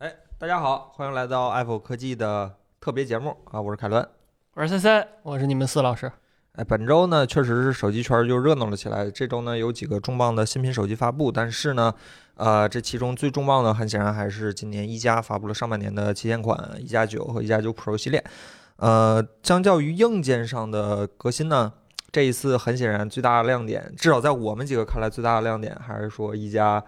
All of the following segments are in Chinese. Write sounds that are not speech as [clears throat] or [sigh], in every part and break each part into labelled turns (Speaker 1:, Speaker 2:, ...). Speaker 1: 哎大家好，欢迎来到 Apple 科技的特别节目啊，我是凯伦。
Speaker 2: 我是森森，
Speaker 3: 我是你们四老师。
Speaker 1: 哎，本周呢，确实是手机圈又热闹了起来。这周呢，有几个重磅的新品手机发布，但是呢，呃，这其中最重磅的，很显然还是今年一加发布了上半年的旗舰款一加九和一加九 Pro 系列。呃，相较于硬件上的革新呢，这一次很显然最大的亮点，至少在我们几个看来，最大的亮点还是说一加。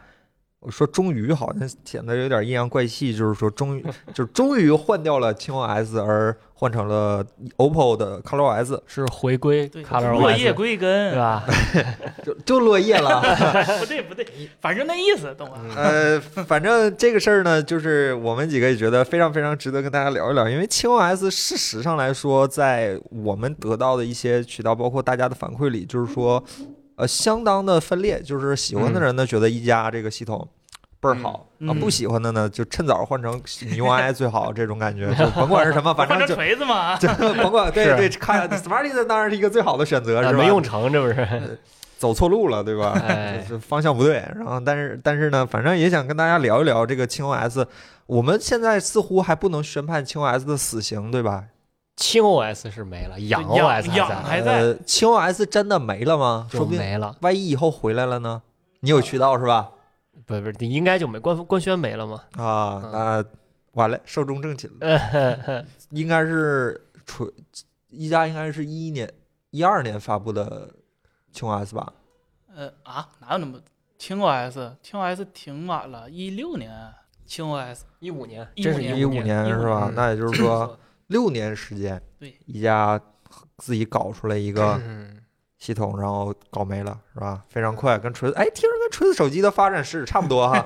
Speaker 1: 我说终于好像显得有点阴阳怪气，就是说终于 [laughs] 就是终于换掉了青 OS，而换成了 OPPO 的 ColorOS。
Speaker 3: 是回归
Speaker 2: 对，
Speaker 3: Color
Speaker 2: 落叶
Speaker 3: OS
Speaker 2: 归
Speaker 3: 对
Speaker 2: 根，
Speaker 3: 吧？
Speaker 1: 就就落叶了。
Speaker 2: [laughs] 不对不对，反正那意思懂
Speaker 3: 嗯
Speaker 2: 吧？
Speaker 1: 呃，反正这个事儿呢，就是我们几个也觉得非常非常值得跟大家聊一聊，因为青 OS 事实上来说，在我们得到的一些渠道，包括大家的反馈里，就是说，呃，相当的分裂，就是喜欢的人呢觉得一加这个系统。倍儿好、
Speaker 2: 嗯
Speaker 1: 啊！
Speaker 2: 嗯
Speaker 1: 不喜欢的呢，就趁早换成 UI 最好，这种感觉，就甭管是什么，反
Speaker 2: 换
Speaker 1: 正
Speaker 2: 成
Speaker 1: 就
Speaker 2: 锤子
Speaker 3: [laughs]
Speaker 2: 嘛，
Speaker 1: 就甭管对
Speaker 3: 是
Speaker 1: 对，看 Smarty 的当然是一个最好的选择，
Speaker 3: 啊
Speaker 1: 是吧？
Speaker 3: 没用成，这不 [laughs] 是？
Speaker 1: 走错路了，对吧？
Speaker 3: 哎
Speaker 1: [laughs] 就是方向不对。然后，但是但是呢，反正也想跟大家聊一聊这个青 OS。我们现在似乎还不能宣判青 OS 的死刑，对吧？
Speaker 3: 青 OS 是没了，氧
Speaker 2: 养
Speaker 3: OS 还
Speaker 2: 养
Speaker 3: 在，
Speaker 2: 还在
Speaker 1: 呃，青 OS 真的没了吗？说
Speaker 3: 就
Speaker 1: 不定
Speaker 3: 没了。
Speaker 1: 万一以后回来了呢？你有渠道是吧？
Speaker 3: 不不，你应该就没官官宣没
Speaker 2: [laughs]
Speaker 3: 了嘛？
Speaker 1: 啊，
Speaker 3: 嗯
Speaker 1: 那、完了，寿终正寝了。应该是纯一加，应该是一一年、一二年发布的青 OS 吧？
Speaker 2: 呃啊，哪有那么轻 OS？轻 OS 挺晚了，一六年轻 OS，
Speaker 3: 一五年，
Speaker 2: 15
Speaker 3: 真是
Speaker 2: 年
Speaker 1: 一
Speaker 3: 一
Speaker 1: 五
Speaker 3: 年。
Speaker 1: 年是吧
Speaker 3: 嗯？
Speaker 1: 那也就是说。六年时间，
Speaker 2: 对，
Speaker 1: 一家自己搞出来一个
Speaker 3: 嗯，
Speaker 1: 系统，然后搞没了，是吧？非常快，跟锤子，哎，听着跟锤子手机的发展史差不多哈，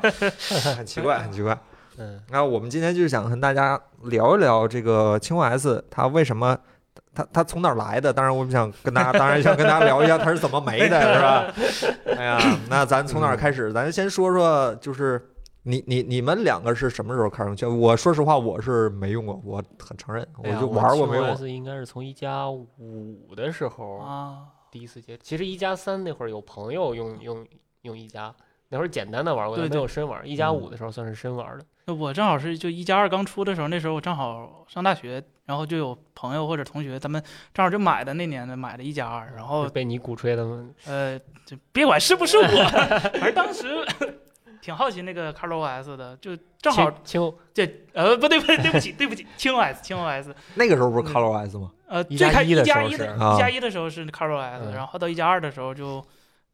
Speaker 1: 很奇怪，很奇怪。
Speaker 3: 嗯，
Speaker 1: 那我们今天就是想跟大家聊一聊这个青 OS 它为什么。它它从哪儿来的？当然，我们想跟大家，当然想跟大家聊一下它是怎么没的，是吧？ [laughs] 哎呀，那咱从哪儿开始？咱先说说，就是你你你们两个是什么时候开始用？就我说实话，我是没用过，我很承认，
Speaker 3: 哎
Speaker 1: 我就玩儿我没用过。
Speaker 3: OS 应该是从一加五的时候
Speaker 2: 啊，
Speaker 3: 第一次接触。其实一加三那会儿有朋友用用用一加，那会儿简单的玩过，
Speaker 2: 对
Speaker 3: 但没
Speaker 2: 对
Speaker 3: 有深玩。一加五的时候算是深玩的。
Speaker 2: 那我正好是就一加二刚出的时候，那时候我正好上大学，然后就有朋友或者同学，咱们正好就买的那年的买了一加二，然后
Speaker 3: 就被你鼓吹的吗？
Speaker 2: 呃，就别管是不是我， [laughs] 反正当时挺好奇那个 ColorOS 的，就正好
Speaker 3: 青青
Speaker 2: 这呃不对不对对不起对不起，轻 OS 轻 OS，
Speaker 1: 那个时候不是 ColorOS 吗？
Speaker 2: 呃，
Speaker 3: 一
Speaker 2: 最
Speaker 3: 加
Speaker 2: 开
Speaker 3: 一的时
Speaker 2: 加
Speaker 3: 候
Speaker 2: 一的
Speaker 3: 是
Speaker 1: 啊
Speaker 2: 一加一的时候是 ColorOS，、
Speaker 3: 嗯
Speaker 2: 然后到一加二的时候就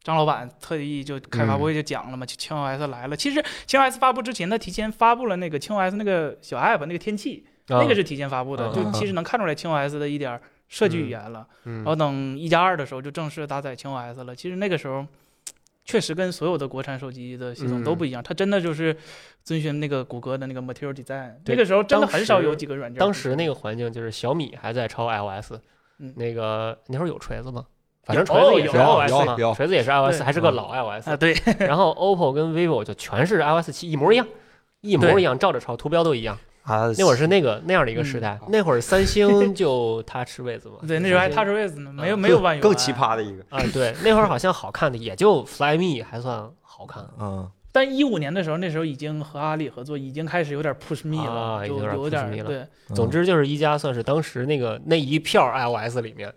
Speaker 2: 张老板特意就开
Speaker 3: 嗯
Speaker 2: 发布会就讲了嘛，就青 OS 来了。其实青 OS 发布之前，他提前发布了那个青 OS 那个小 app 那个天气，那个
Speaker 3: 是
Speaker 2: 是提前发布的，
Speaker 3: 嗯
Speaker 2: 就其实能看出来青 OS 的一点儿设计语言了。然后等一加二的时候就正式搭载青 OS 了。其实那个时候。确实跟所有的国产手机的系统
Speaker 3: 嗯
Speaker 2: 都不一样，它真的就是遵循那个谷歌的那个 Material Design。那
Speaker 3: 对
Speaker 2: 个时候真的很少
Speaker 3: 当时
Speaker 2: 有几个软件。
Speaker 3: 当时那个环境就是小米还在抄 iOS，、
Speaker 2: 嗯
Speaker 3: 那个那会儿有锤子吗？反正
Speaker 2: 有哦
Speaker 3: 锤子也是
Speaker 2: 有
Speaker 3: iOS
Speaker 1: 有啊有
Speaker 3: 嘛，锤子也是 iOS，
Speaker 2: 对
Speaker 3: 还是个
Speaker 1: 嗯
Speaker 3: 老 iOS
Speaker 2: 啊，。对，
Speaker 3: 然后 OPPO 跟 vivo 就全是 iOS 七一模一样，一模一样，照着抄，图标都一样。
Speaker 1: 啊，
Speaker 3: 那会儿是那个那样的一个时代，
Speaker 1: 嗯
Speaker 3: 那会儿三星就 Touch Wiz 嘛，
Speaker 2: [laughs] 对，那时候还
Speaker 3: 三
Speaker 2: Touch
Speaker 3: 星
Speaker 2: Wiz 呢，没有
Speaker 3: 嗯
Speaker 2: 没有万元，
Speaker 1: 更奇。葩的一个，
Speaker 3: 啊，对，那会儿好像好看的也就 Flyme 还算好看。
Speaker 1: 嗯，
Speaker 2: 但一五年的时候，那时候已经和阿里合作，已经开始有点 push me 了，
Speaker 3: 啊
Speaker 2: 就
Speaker 3: 已经有点
Speaker 2: 有
Speaker 3: push me 了
Speaker 2: 对，
Speaker 1: 嗯
Speaker 3: 总之就是一加算是当时那个那一票 iOS 里面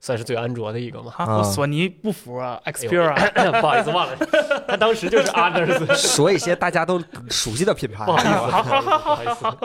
Speaker 3: 算是最安卓的一个嘛。 [coughs]
Speaker 2: 哈，
Speaker 1: 啊
Speaker 2: 我索尼不服啊
Speaker 3: 嗯哎呦
Speaker 2: ，Xperia 啊
Speaker 3: 不好意思忘了，他当时就是 Others
Speaker 1: 嗯说一些大家都熟悉的品
Speaker 2: [laughs]
Speaker 1: 牌
Speaker 3: 不，好意思，不好意思，
Speaker 1: 啊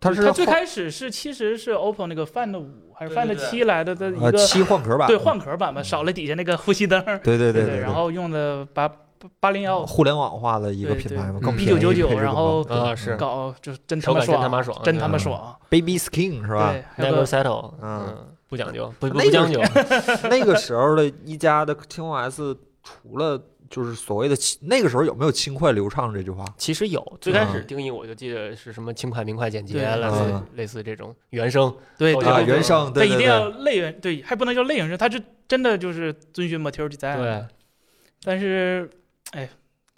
Speaker 1: 它是
Speaker 2: 它最开始是其实是 OPPO 那个 Find 五还是
Speaker 3: 对对
Speaker 2: Find
Speaker 3: 对
Speaker 2: 七来的的一
Speaker 3: 啊
Speaker 1: 呃
Speaker 2: 个
Speaker 1: 七换壳版，
Speaker 2: 对
Speaker 3: 嗯
Speaker 2: 换壳版吧，少了底下那个呼吸灯，
Speaker 1: 对对对
Speaker 2: 然后用的八八零幺
Speaker 1: 互联网化的一个品牌嘛，
Speaker 3: 对对
Speaker 1: 更
Speaker 3: 嗯
Speaker 2: 一
Speaker 1: 便
Speaker 2: 九
Speaker 1: 宜
Speaker 2: 九
Speaker 1: 配置更
Speaker 2: 九，然
Speaker 1: 高
Speaker 2: 后
Speaker 3: 啊是
Speaker 2: 搞就是真他啊
Speaker 3: 手
Speaker 2: 妈
Speaker 3: 感真他
Speaker 2: 爽，
Speaker 3: 妈爽，
Speaker 2: 真他妈
Speaker 1: 嗯
Speaker 2: 爽，
Speaker 1: Baby Skin 是吧？
Speaker 2: 对，还有
Speaker 3: Never
Speaker 2: 个
Speaker 3: settle，
Speaker 1: 嗯
Speaker 3: 嗯，不讲究，不
Speaker 1: 那个
Speaker 3: 不
Speaker 2: [laughs]
Speaker 3: 将就，
Speaker 1: [laughs] 那个时候的一加的青 OS 除了就是所谓的轻那个时候有没有轻快流畅这句话？
Speaker 3: 其实有，最开始
Speaker 1: 嗯
Speaker 3: 定义我就记得是什么轻快、明快、简洁
Speaker 2: 对啊
Speaker 3: 类
Speaker 1: 嗯
Speaker 3: 似类似这种原声，
Speaker 2: 对
Speaker 3: 高
Speaker 2: 对
Speaker 3: 清
Speaker 1: 啊，
Speaker 2: 对对
Speaker 1: 原声，
Speaker 2: 它
Speaker 1: 对
Speaker 2: 一
Speaker 1: 对
Speaker 2: 定要
Speaker 1: 对，
Speaker 2: 类原对，还不能叫类原声，它是真的就是遵循 material design。
Speaker 3: 对，
Speaker 2: 但是，哎，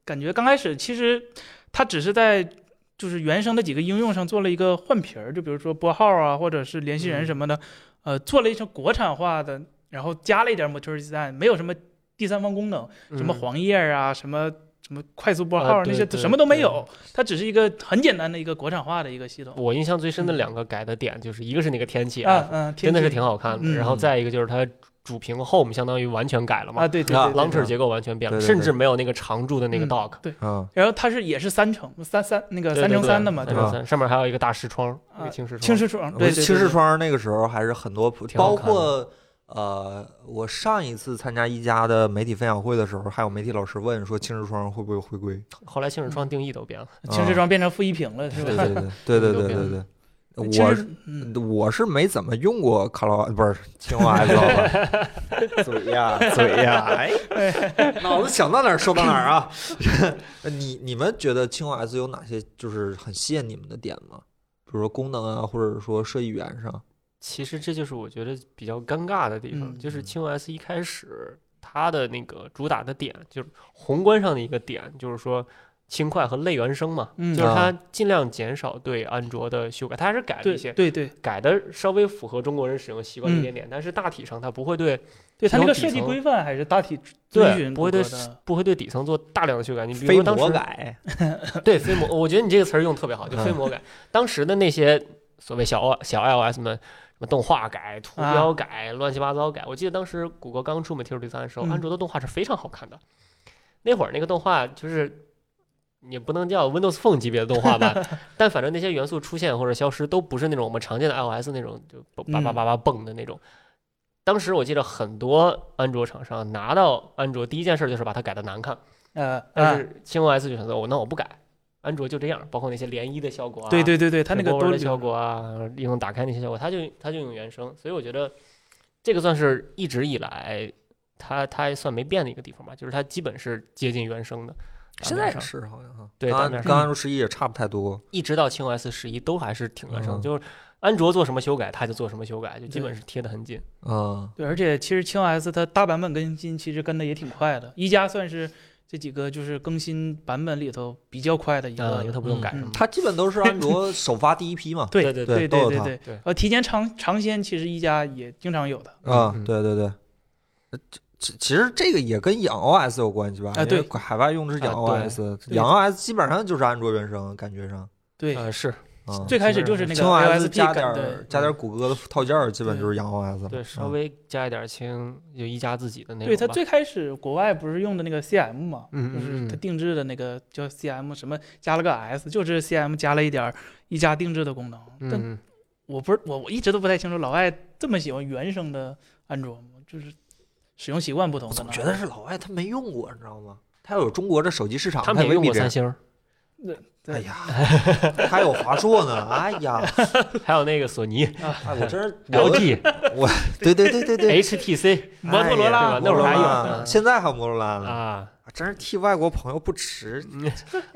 Speaker 2: 感觉刚开始其实它只是在就是原生的几个应用上做了一个换皮儿，就比如说拨号啊，或者是联系
Speaker 1: 嗯
Speaker 2: 人什么的，呃，做了一些国产化的，然后加了一点 material design，没有什么第三方功能，什么
Speaker 3: 嗯
Speaker 2: 黄页啊，什么什么快速拨
Speaker 3: 啊
Speaker 2: 号、
Speaker 3: 对
Speaker 2: 那些
Speaker 3: 对
Speaker 2: 什么都没
Speaker 3: 对
Speaker 2: 有，它只是一个很简单的一个国产化的一个系统。
Speaker 3: 我印象最深的两个改的点就是一个是那个天气
Speaker 2: 嗯
Speaker 3: app，
Speaker 2: 嗯，
Speaker 3: 真的是
Speaker 2: 天气
Speaker 3: 挺好看的，
Speaker 2: 嗯
Speaker 3: 然后再一个就是它主屏 home 相当于完全改了嘛
Speaker 2: 啊，，对对
Speaker 1: 啊
Speaker 2: 对对
Speaker 3: launcher 结构完全变了，
Speaker 1: 对对对
Speaker 3: 甚至没有那个常驻的那个
Speaker 2: 嗯
Speaker 3: dock，
Speaker 1: 嗯，
Speaker 2: 然后它是也是三乘三三那个
Speaker 3: 对
Speaker 2: 三
Speaker 3: 对
Speaker 2: 乘
Speaker 3: 对
Speaker 2: 三的嘛，
Speaker 1: 对
Speaker 2: 对吧？
Speaker 3: 三乘三嗯上面还有一个大视窗，
Speaker 2: 啊
Speaker 3: 一个轻视
Speaker 2: 轻
Speaker 3: 窗，
Speaker 2: 视窗，
Speaker 1: 我
Speaker 2: 对，对
Speaker 1: 其实
Speaker 2: 对
Speaker 1: 窗那个时候还是很多普，
Speaker 3: 挺好
Speaker 1: 包
Speaker 3: 看的
Speaker 1: 括呃，我上一次参加一加的媒体分享会的时候，还有媒体老师问说轻视窗会不会回归？
Speaker 3: 后来轻视窗定义都变了，
Speaker 2: 轻视窗变成负一屏了，是
Speaker 1: 对
Speaker 2: 吧？
Speaker 1: 对对对对对对对，
Speaker 2: 轻
Speaker 1: 我
Speaker 2: 视嗯，
Speaker 1: 我是没怎么用过卡拉不是青蛙 S 老板，嘴呀嘴呀，哎，脑子想到哪儿说到哪儿啊！你你们觉得青蛙 S 有哪些就是很吸引你们的点吗？比如说功能啊，或者说设计语言上，
Speaker 3: 其实这就是我觉得比较尴尬的地方，
Speaker 2: 嗯
Speaker 3: 就是轻 OS 一开始它的那个主打的点，就是宏观上的一个点，就是说轻快和类原生嘛，
Speaker 2: 嗯
Speaker 3: 就是
Speaker 1: 啊
Speaker 3: 它尽量减少对安卓的修改，它还是改了
Speaker 2: 对
Speaker 3: 一些，
Speaker 2: 对对
Speaker 3: 改的稍微符合中国人使用习惯
Speaker 2: 嗯
Speaker 3: 一点点，但是大体上它不会对
Speaker 2: 对，它那个
Speaker 3: 底层
Speaker 2: 设计规范还是大体遵
Speaker 3: 对
Speaker 2: 循
Speaker 3: 不会对
Speaker 2: 谷歌的
Speaker 3: 不会对底层做大量的修改。你比如
Speaker 1: 非
Speaker 3: 说当
Speaker 1: 魔
Speaker 3: 时
Speaker 1: 改，
Speaker 3: 对非魔，我觉得你这个词儿用得特别好，就
Speaker 1: 嗯
Speaker 3: 非魔改。当时的那些所谓小小 iOS 们，什么动画改、图标改、乱七八糟改。我记得当时谷歌刚出 Material Design 的时候，
Speaker 2: 嗯
Speaker 3: 安卓的动画是非常好看的。那会儿那个动画就是也不能叫 Windows Phone 级别的动画吧，但反正那些元素出现或者消失，都不是那种我们常见的 iOS 那种就叭叭叭叭蹦的那种。当时我记得很多安卓厂商拿到安卓第一件事就是把它改的难看。
Speaker 2: 呃
Speaker 3: 但
Speaker 2: 啊，
Speaker 3: 是轻 OS 就选择我那我不改，安卓就这样，包括那些涟漪的效果啊，
Speaker 2: 对对对对，它那
Speaker 3: 那
Speaker 2: 个都
Speaker 3: 的效果啊，应用打开那些效果，它就它就用原声，所以我觉得这个算是一直以来它它算没变的一个地方吧，就是它基本是接近原声的。
Speaker 1: 现在也
Speaker 3: 上
Speaker 1: 是好像哈，
Speaker 3: 对
Speaker 1: 刚
Speaker 3: 大面上
Speaker 1: 刚安卓十一也差不太多，
Speaker 3: 一直到轻 OS 十一都还是挺原声，
Speaker 1: 嗯
Speaker 3: 就是安卓做什么修改，它就做什么修改，就基本是贴得很紧。
Speaker 1: 嗯，
Speaker 2: 对，而且其实轻 OS 它大版本更新其实跟的也挺快的，一加算是这几个就是更新版本里头比较快的一
Speaker 3: 啊，因为
Speaker 2: 个。
Speaker 3: 它不用
Speaker 1: 嗯
Speaker 3: 改什么
Speaker 2: 嗯，
Speaker 3: 的。
Speaker 1: 它基本都是安卓首发第一批 [laughs] 嘛
Speaker 3: 对对
Speaker 2: 对
Speaker 1: 都有
Speaker 2: 对
Speaker 1: 它
Speaker 2: 对
Speaker 3: 对
Speaker 2: 呃，提前尝尝鲜其实一加也经常有的。
Speaker 1: 啊
Speaker 3: 嗯，
Speaker 1: 对对对，呃这其其实这个也跟养 OS 有关系吧？因
Speaker 2: 啊
Speaker 1: 为
Speaker 2: 对
Speaker 1: 海外用的是养
Speaker 3: 哎啊对
Speaker 1: OS，
Speaker 2: 对
Speaker 1: 养 OS 基本上就是安卓原生，感觉上，
Speaker 2: 对，
Speaker 3: 呃，是
Speaker 1: 嗯，
Speaker 2: 最开始就是那个
Speaker 1: 轻 OS
Speaker 2: ASP
Speaker 1: 加点
Speaker 2: 感
Speaker 1: 儿
Speaker 2: 对
Speaker 1: 加点儿谷歌的套件儿，基本就是养 OS 了，
Speaker 3: 对，稍
Speaker 1: 嗯
Speaker 3: 微加一点轻，就一加自己的那
Speaker 2: 对
Speaker 3: 种
Speaker 2: 它
Speaker 3: 吧
Speaker 2: 最开始国外不是用的那个 CM 嘛，
Speaker 3: 嗯嗯
Speaker 2: 就是
Speaker 3: 嗯
Speaker 2: 它定制的那个叫 CM 什么加了个 S，就是 CM 加了一点儿一加定制的功能。但
Speaker 3: 嗯，
Speaker 2: 我不是我我一直都不太清楚老外这么喜欢原生的安卓吗？就是使用习惯不同
Speaker 1: 我
Speaker 2: 可
Speaker 1: 总
Speaker 2: 能。
Speaker 1: 觉得是老外他没用过，你知道吗？他要有中国这手机市场，
Speaker 3: 他
Speaker 1: 他
Speaker 3: 们
Speaker 1: 也未
Speaker 3: 也用
Speaker 1: 必
Speaker 3: 过
Speaker 1: 这
Speaker 3: 三
Speaker 1: 样。
Speaker 3: 星儿。
Speaker 1: 哎呀，还有华硕呢！哎呀，
Speaker 3: 还有那个
Speaker 2: [laughs]
Speaker 3: 索尼、
Speaker 1: 哎，我真是
Speaker 3: [laughs]
Speaker 1: 我都
Speaker 3: LG、
Speaker 1: 对对对对对，
Speaker 3: HTC
Speaker 2: 摩托罗
Speaker 1: 哎
Speaker 2: 拉啊
Speaker 1: 呀
Speaker 3: 对吧那会儿还有
Speaker 1: 摩托罗拉
Speaker 3: 嗯
Speaker 1: 现在还有摩托罗拉呢。
Speaker 3: 啊，
Speaker 1: 啊真是替外国朋友不值
Speaker 3: 嗯，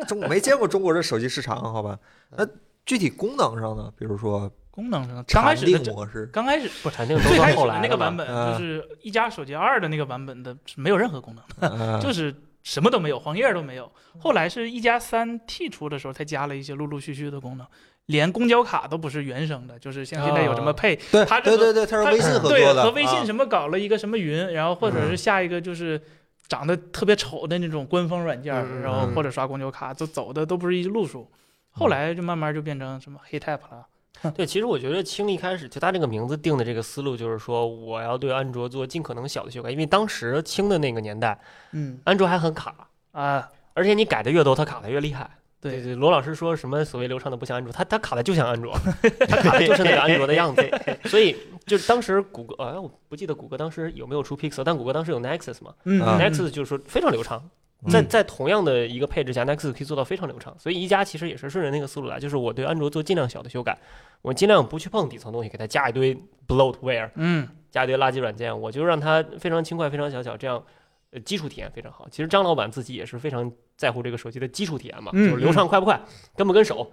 Speaker 1: 中没见过中国这手机市场，好吧？
Speaker 2: 嗯
Speaker 1: 那具体功能上呢？比如说
Speaker 2: 功能上刚
Speaker 1: 禅
Speaker 2: 开始的
Speaker 1: 定
Speaker 2: 这
Speaker 1: 模
Speaker 2: [laughs]
Speaker 1: 式，
Speaker 2: 刚开始
Speaker 3: 不产定都
Speaker 2: 最
Speaker 3: 到
Speaker 2: 开始
Speaker 3: 后
Speaker 2: 的
Speaker 3: 来
Speaker 2: 那个
Speaker 3: 了吧
Speaker 2: 版本就是一加手机二的那个版本的是没有任何功能的，
Speaker 1: 嗯
Speaker 2: 就是什么都没有，黄页都没有。后来是一加三 T 出的时候才加了一些陆陆续续的功能，连公交卡都不是原生的，就是像现在有什么配，
Speaker 1: 对
Speaker 2: 它这
Speaker 1: 对
Speaker 2: 个
Speaker 1: 对对，它是微信合作
Speaker 2: 对
Speaker 1: 的，
Speaker 2: 和微信
Speaker 1: 啊嗯
Speaker 2: 什么搞了一个什么云，然后或者是下一个就是。长得特别丑的那种官方软件，
Speaker 3: 嗯嗯
Speaker 2: 然后
Speaker 1: 嗯
Speaker 2: 或者刷公交卡，就走的都不是一路数。后来就慢慢就变成什么黑 tap 了，
Speaker 3: 对，其实我觉得轻一开始就他这个名字定的这个思路，就是说我要对安卓做尽可能小的修改，因为当时轻的那个年代，
Speaker 2: 嗯
Speaker 3: 安卓还很卡，
Speaker 2: 啊，
Speaker 3: 而且你改的越多，它卡的越厉害。
Speaker 2: 对
Speaker 3: 对，罗老师说什么所谓流畅的不像安卓，它它卡的就
Speaker 2: [laughs]
Speaker 3: 像安卓，它卡的就是那个安卓的样子。所以就当时谷歌，哎，我不记得谷歌当时有没有出 Pixel，但谷歌当时有 Nexus 嘛、
Speaker 2: 嗯
Speaker 1: 啊
Speaker 3: n e x u s 就是说非常流畅，在
Speaker 1: 嗯
Speaker 3: 在同样的一个配置下，Nexus 可以做到非常流畅，所以一加其实也是顺着那个思路来，就是我对安卓做尽量小的修改，我尽量不去碰底层东西，给它加一堆 bloatware，
Speaker 2: 嗯
Speaker 3: 加一堆垃圾软件，我就让它非常轻快、非常小巧，这样呃基础体验非常好。其实张老板自己也是非常在乎这个手机的基础体验嘛，
Speaker 2: 嗯
Speaker 3: 就是流畅快不快，跟不跟手。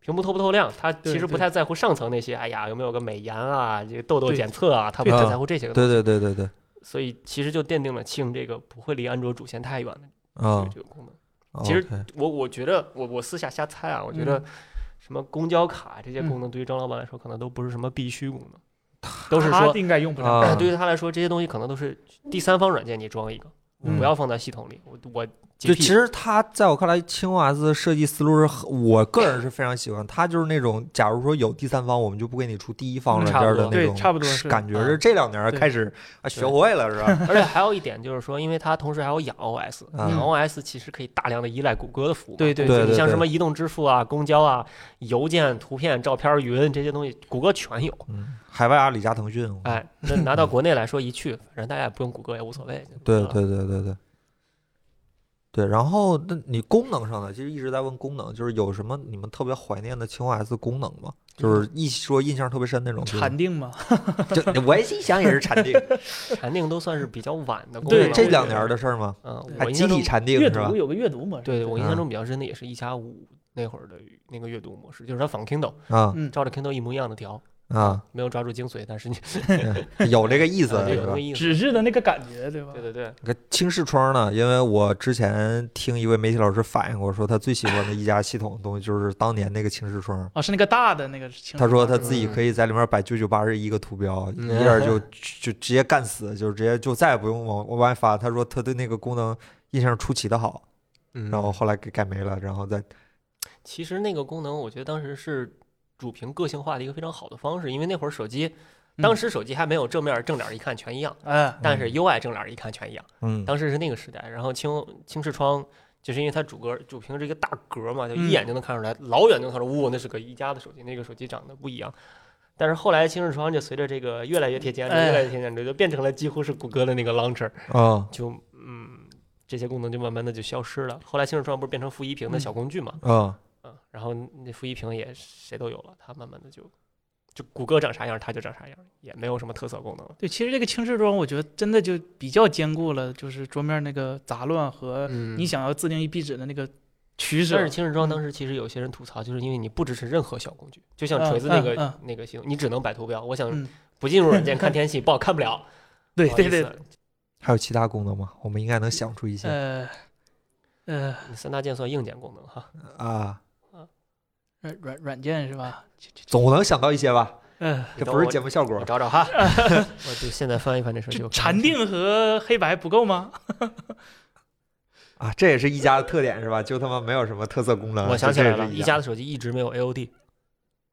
Speaker 3: 屏幕透不透亮，他
Speaker 2: 对
Speaker 3: 其实不
Speaker 2: 对
Speaker 3: 太在乎上层那些，哎呀，有没有个美颜啊，这个痘痘
Speaker 2: 对
Speaker 3: 检测啊，他不
Speaker 1: 对
Speaker 3: 太
Speaker 1: 啊
Speaker 3: 在乎这些个东
Speaker 1: 对对对对对，
Speaker 3: 西，所以其实就奠定了庆这个不会离安卓主线太远的这
Speaker 1: 啊
Speaker 2: 嗯
Speaker 3: 个，这个功能。
Speaker 1: 嗯
Speaker 3: 其
Speaker 1: 哦
Speaker 3: 实我我觉得我我私下瞎猜啊，我觉得什么公交卡这些
Speaker 1: 嗯
Speaker 3: 功能对于张老板来说可能都不是什么必须功能，都是
Speaker 2: 他
Speaker 3: 说
Speaker 2: 应该用不上。
Speaker 1: 啊
Speaker 3: 对于他来说这些东西可能都是第三方软件你装一个，
Speaker 1: 嗯
Speaker 3: 不要放在系统里。我我洁
Speaker 1: 就
Speaker 3: 癖
Speaker 1: 其实它在我看来，轻 OS 的设计思路是很我个人是非常喜欢，它就是那种假如说有第三方，我们就不给你出第一方
Speaker 3: 嗯
Speaker 1: 软
Speaker 3: 差不
Speaker 1: 件的
Speaker 3: 多
Speaker 1: 那
Speaker 2: 对
Speaker 1: 种，
Speaker 2: 差不多是
Speaker 1: 感觉
Speaker 3: 嗯
Speaker 1: 是这两年
Speaker 2: 对
Speaker 1: 开始啊学会了是吧？
Speaker 3: 而且还有一点就是说，因为它同时还有养 OS，
Speaker 1: 嗯
Speaker 3: 养 OS 其实可以大量的依赖谷歌的服务嘛。
Speaker 2: 对对
Speaker 3: 公司
Speaker 1: 对对
Speaker 3: 你像
Speaker 1: 对
Speaker 3: 什么移动支付啊、公交啊、邮件、图片、照片、云这些东西，谷歌全有。
Speaker 1: 嗯，海外阿里加腾讯，
Speaker 3: 哎，那拿到国内来说，一去反正大家也不用谷歌也无所谓。
Speaker 1: 对
Speaker 3: 嗯
Speaker 1: 对对对对。对，然后那你功能上的，其实一直在问功能，就是有什么你们特别怀念的轻 OS 功能吗？就是一说印象特别深那种。就是
Speaker 2: 禅定嘛，
Speaker 1: 就我一想也是禅定，
Speaker 3: 禅定都算是比较晚的功
Speaker 2: 对
Speaker 3: 能了。
Speaker 1: 这
Speaker 3: 我
Speaker 1: 两
Speaker 3: 觉得
Speaker 1: 年的事儿吗？
Speaker 3: 嗯，
Speaker 1: 还
Speaker 3: 我印
Speaker 1: 集
Speaker 3: 象中
Speaker 1: 体禅定
Speaker 2: 阅
Speaker 1: 是吧
Speaker 2: 读？有个阅读模式，
Speaker 3: 对我印象
Speaker 1: 嗯
Speaker 3: 中比较深的也是一加五那会儿的那个阅读模式，就是它仿 Kindle，
Speaker 1: 啊
Speaker 2: 嗯，
Speaker 3: 照着 Kindle 一模一样的调，
Speaker 1: 啊，
Speaker 3: 没有抓住精髓，但是你
Speaker 1: 有这个
Speaker 3: [laughs]
Speaker 1: 意思
Speaker 3: 啊
Speaker 1: 是
Speaker 3: 有那
Speaker 1: 吧
Speaker 3: 个？意思。
Speaker 2: 纸质的那个感觉，对吧？
Speaker 3: 对对对，
Speaker 1: 个轻视窗呢，因为我之前听一位媒体老师反映过，说他最喜欢的一家系统的东西就是当年那个轻视窗。
Speaker 2: 哦，是那个大的那个清
Speaker 1: 他
Speaker 2: 楚
Speaker 1: 说
Speaker 2: 吗。
Speaker 1: 他自己可以在里面摆九九八十一个图标，
Speaker 3: 嗯
Speaker 1: 一下就就直接干死，就直接就再也不用往往外发。他说他对那个功能印象出奇的好，
Speaker 3: 嗯
Speaker 1: 然后后来给改没了，然后再
Speaker 3: 其实那个功能，我觉得当时是主屏个性化的一个非常好的方式，因为那会儿手机，
Speaker 1: 嗯
Speaker 3: 当时手机还没有正面正脸一看全一样，
Speaker 2: 哎，
Speaker 3: 但是 UI 正脸一看全一样，
Speaker 1: 嗯
Speaker 3: 当时是那个时代。然后轻轻视窗，就是因为它主格主屏是一个大格嘛，就一眼就能看出来，老远就能看出，哇，那是个一加的手机，那个手机长得不一样。但是后来轻视窗就随着这个越来越贴近安卓，
Speaker 2: 哎
Speaker 3: 越来越贴近安卓，就变成了几乎是谷歌的那个 launcher，
Speaker 1: 啊
Speaker 3: 就嗯。这些功能就慢慢的就消失了。后来轻视窗不是变成负一屏的小工具嘛？
Speaker 1: 啊
Speaker 3: 嗯，然后那负一屏也谁都有了，它慢慢的就就谷歌长啥样，它就长啥样，也没有什么特色功能了。
Speaker 2: 对，其实这个轻视装，我觉得真的就比较兼顾了，就是桌面那个杂乱和
Speaker 3: 嗯
Speaker 2: 呃你，想要自定义壁纸的那个取舍
Speaker 3: 但是。轻视装
Speaker 2: 嗯
Speaker 3: 当时其实有些人吐槽，就是因为你不支持任何小工具，就像
Speaker 2: 嗯
Speaker 3: 锤子那个、
Speaker 2: 嗯嗯
Speaker 3: 那个系统，你只能摆图标。我想
Speaker 2: 嗯
Speaker 3: 不进入软件看天气，不好看不了。
Speaker 2: 对
Speaker 3: 不
Speaker 2: [laughs]
Speaker 3: 好
Speaker 2: 对
Speaker 3: 意
Speaker 2: 对，
Speaker 3: 思，
Speaker 1: 还有其他功能吗？我们应该能想出一些
Speaker 2: 呃呃，
Speaker 3: 三大件算硬件功能哈。
Speaker 1: 啊，
Speaker 2: 软软软件是吧？这这
Speaker 1: 总能想到一些吧？
Speaker 2: 呃，
Speaker 1: 这不是节目效果
Speaker 3: 我，找找
Speaker 2: [laughs]
Speaker 3: 哈，我就现在翻一翻这事儿
Speaker 2: 这
Speaker 3: 就
Speaker 2: 禅定和黑白不够吗？
Speaker 1: 啊，这也是一加的特点是吧？就他妈没有什么特色功能。
Speaker 3: 我想起来了，
Speaker 1: 一
Speaker 3: 一加的手机一直没有 AOD。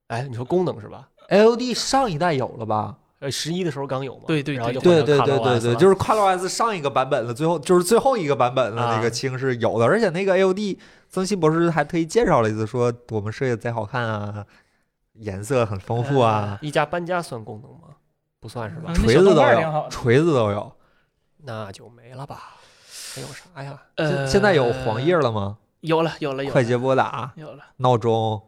Speaker 3: 哎，你说功能是吧？
Speaker 1: LD 上一代有了吧？
Speaker 3: 呃，十一的时候刚有嘛，
Speaker 2: 对对
Speaker 3: 然后就换
Speaker 1: 对
Speaker 3: 成
Speaker 1: 对
Speaker 3: ColorOS
Speaker 1: 对对对，
Speaker 3: 了
Speaker 1: 就是 ColorOS 上一个版本了，最后就是最后一个版本了，
Speaker 3: 啊
Speaker 1: 那个青是有的，而且那个 LD 曾鑫博士还特意介绍了一次，说我们设计得贼好看啊，颜色很丰富啊，
Speaker 3: 一加搬家算功能吗？不算是吧？
Speaker 2: 嗯
Speaker 1: 锤子都
Speaker 2: 那小动画儿挺
Speaker 1: 有，
Speaker 2: 好
Speaker 1: 锤子都有。
Speaker 3: 那就没了吧？还有啥呀？
Speaker 2: 呃，
Speaker 1: 现在有黄页了吗？
Speaker 2: 有了有了有了
Speaker 1: 快捷拨打、
Speaker 2: 有了，
Speaker 1: 闹钟，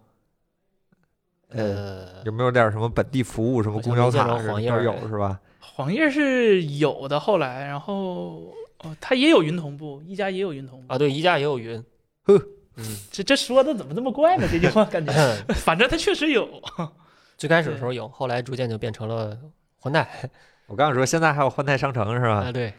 Speaker 1: 呃，
Speaker 3: 呃，
Speaker 1: 有没有点什么本地服务，什么公交
Speaker 3: 好
Speaker 1: 卡
Speaker 3: 像没见着黄页
Speaker 1: 都
Speaker 3: 儿
Speaker 1: 有
Speaker 3: 哎
Speaker 1: 是吧？
Speaker 2: 黄页是有的，后来然后哦，它也有云同步，一加也有云同步。
Speaker 3: 啊，对，宜家也有云。
Speaker 1: 呵
Speaker 3: 嗯，
Speaker 2: 这这说的怎么这么怪呢？这句话感觉，反正它确实有。
Speaker 3: [clears throat] 最开始的时候有，后来逐渐就变成了混带
Speaker 1: 我刚想说，现在还有换代商城是吧
Speaker 3: 啊，？对，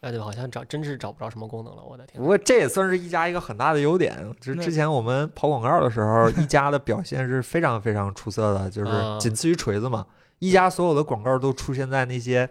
Speaker 3: 啊对，好像找真是找不着什么功能了，我的天
Speaker 1: 不！过这也算是一加一个很大的优点。之
Speaker 2: 那
Speaker 1: 之前我们跑广告的时候，一加的表现是非常非常出色的，就是
Speaker 3: 啊
Speaker 1: 仅次于锤子嘛。一加所有的广告都出现在那些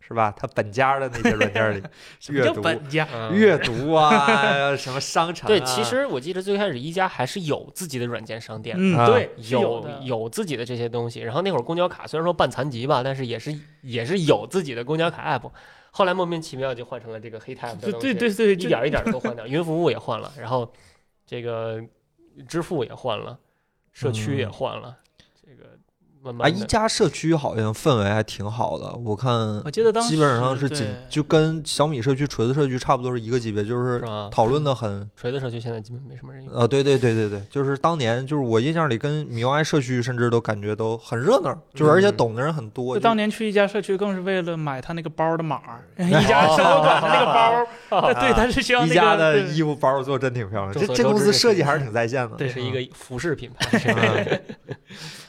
Speaker 1: 是吧？它本家的那些软件里，
Speaker 2: 什么
Speaker 1: 阅
Speaker 2: 叫
Speaker 1: 读、
Speaker 2: 本家？
Speaker 3: [laughs] 嗯
Speaker 1: 阅读啊， [laughs] 什么商城、啊。
Speaker 3: 对，其实我记得最开始宜家还是有自己的软件商店的。
Speaker 2: 嗯，
Speaker 1: 啊
Speaker 2: 对，是有
Speaker 3: 有
Speaker 2: 的
Speaker 3: 有自己的这些东西，然后那会儿公交卡虽然说半残疾吧，但是也是也是有自己的公交卡 app，后来莫名其妙就换成了这个黑 tab 的
Speaker 2: 对
Speaker 3: 东
Speaker 2: 对
Speaker 3: 西，
Speaker 2: 对对，
Speaker 3: 一
Speaker 2: 就
Speaker 3: 点儿一点儿都换掉，云服务也换了，然后这个支付也换了，社区也
Speaker 1: 嗯
Speaker 3: 换了，这个慢
Speaker 1: 啊，
Speaker 3: 慢
Speaker 1: 一
Speaker 3: 的
Speaker 1: 加社区好像氛围还挺好的，我看
Speaker 2: 我记得当时
Speaker 1: 基本上是仅
Speaker 2: 对
Speaker 1: 就跟小米社区、锤子社区差不多是一个级别，就是
Speaker 3: 是吧？
Speaker 1: 讨论的很
Speaker 3: 锤子社区现在基本没什么人用，
Speaker 1: 啊，对对对对对，就是当年就是我印象里跟米 UI 社区甚至都感觉都很热闹，就是而且懂的人很多。
Speaker 2: 就
Speaker 1: 就
Speaker 2: 当年去一家社区，更是为了买他那个包的码儿，
Speaker 3: [laughs]
Speaker 2: 一
Speaker 1: 哎 [laughs]
Speaker 2: 家生活馆的那个包儿，
Speaker 1: 啊
Speaker 2: 对，他是需要
Speaker 1: 宜
Speaker 2: 那
Speaker 1: 家
Speaker 2: 个
Speaker 1: 的
Speaker 2: 对
Speaker 1: 衣服包做真挺漂亮，
Speaker 3: 众
Speaker 1: 这
Speaker 3: 所
Speaker 1: 这
Speaker 3: 周
Speaker 1: 公
Speaker 3: 知
Speaker 1: 司
Speaker 3: 这
Speaker 1: 设
Speaker 3: 是
Speaker 1: 计还是挺在线的。
Speaker 2: 对
Speaker 3: 是一个服饰品牌，是吧
Speaker 1: 嗯，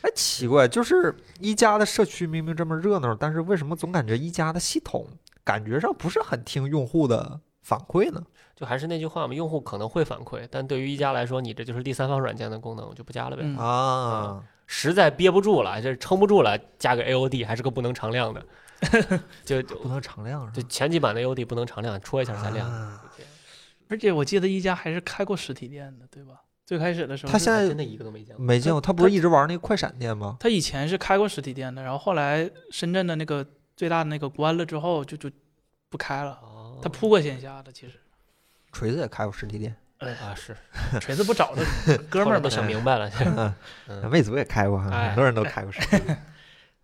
Speaker 1: 哎，奇怪，就是一加的社区明明这么热闹，但是为什么总感觉一加的系统感觉上不是很听用户的反馈呢？
Speaker 3: [laughs] 就还是那句话嘛，用户可能会反馈，但对于一加来说，你这就是第三方软件的功能，我就不加了呗。
Speaker 2: 嗯
Speaker 1: 啊，
Speaker 3: 实在憋不住了，这撑不住了，加个 AOD 还是个不能常亮的，就
Speaker 1: 不能常亮是
Speaker 3: 就
Speaker 1: 吧？
Speaker 3: 前几版的 AOD 不能常亮，戳一下才亮。
Speaker 1: 啊
Speaker 3: 就这样
Speaker 2: 而且我记得一加还是开过实体店的，对吧？最开始的时候是，
Speaker 1: 他现在
Speaker 3: 真的一个都没见过。
Speaker 1: 没见过，他不是一直玩那个快闪店吗？
Speaker 2: 他以前是开过实体店的，然后后来深圳的那个最大的那个关了之后，就就不开了。
Speaker 3: 哦
Speaker 2: 他铺过线下
Speaker 1: [laughs]
Speaker 2: 的，其实
Speaker 1: 锤子也开过实体店，
Speaker 3: 啊，是
Speaker 2: 锤子不找他，哥
Speaker 3: 哥
Speaker 2: 们
Speaker 3: 们
Speaker 2: 儿
Speaker 3: 儿
Speaker 2: 不
Speaker 3: 都
Speaker 2: 行。
Speaker 3: 想明白
Speaker 2: [laughs]
Speaker 3: 了，嗯
Speaker 1: 魅族也开过，很
Speaker 3: 哎
Speaker 1: 多人都开过实
Speaker 3: [laughs]
Speaker 1: 体店。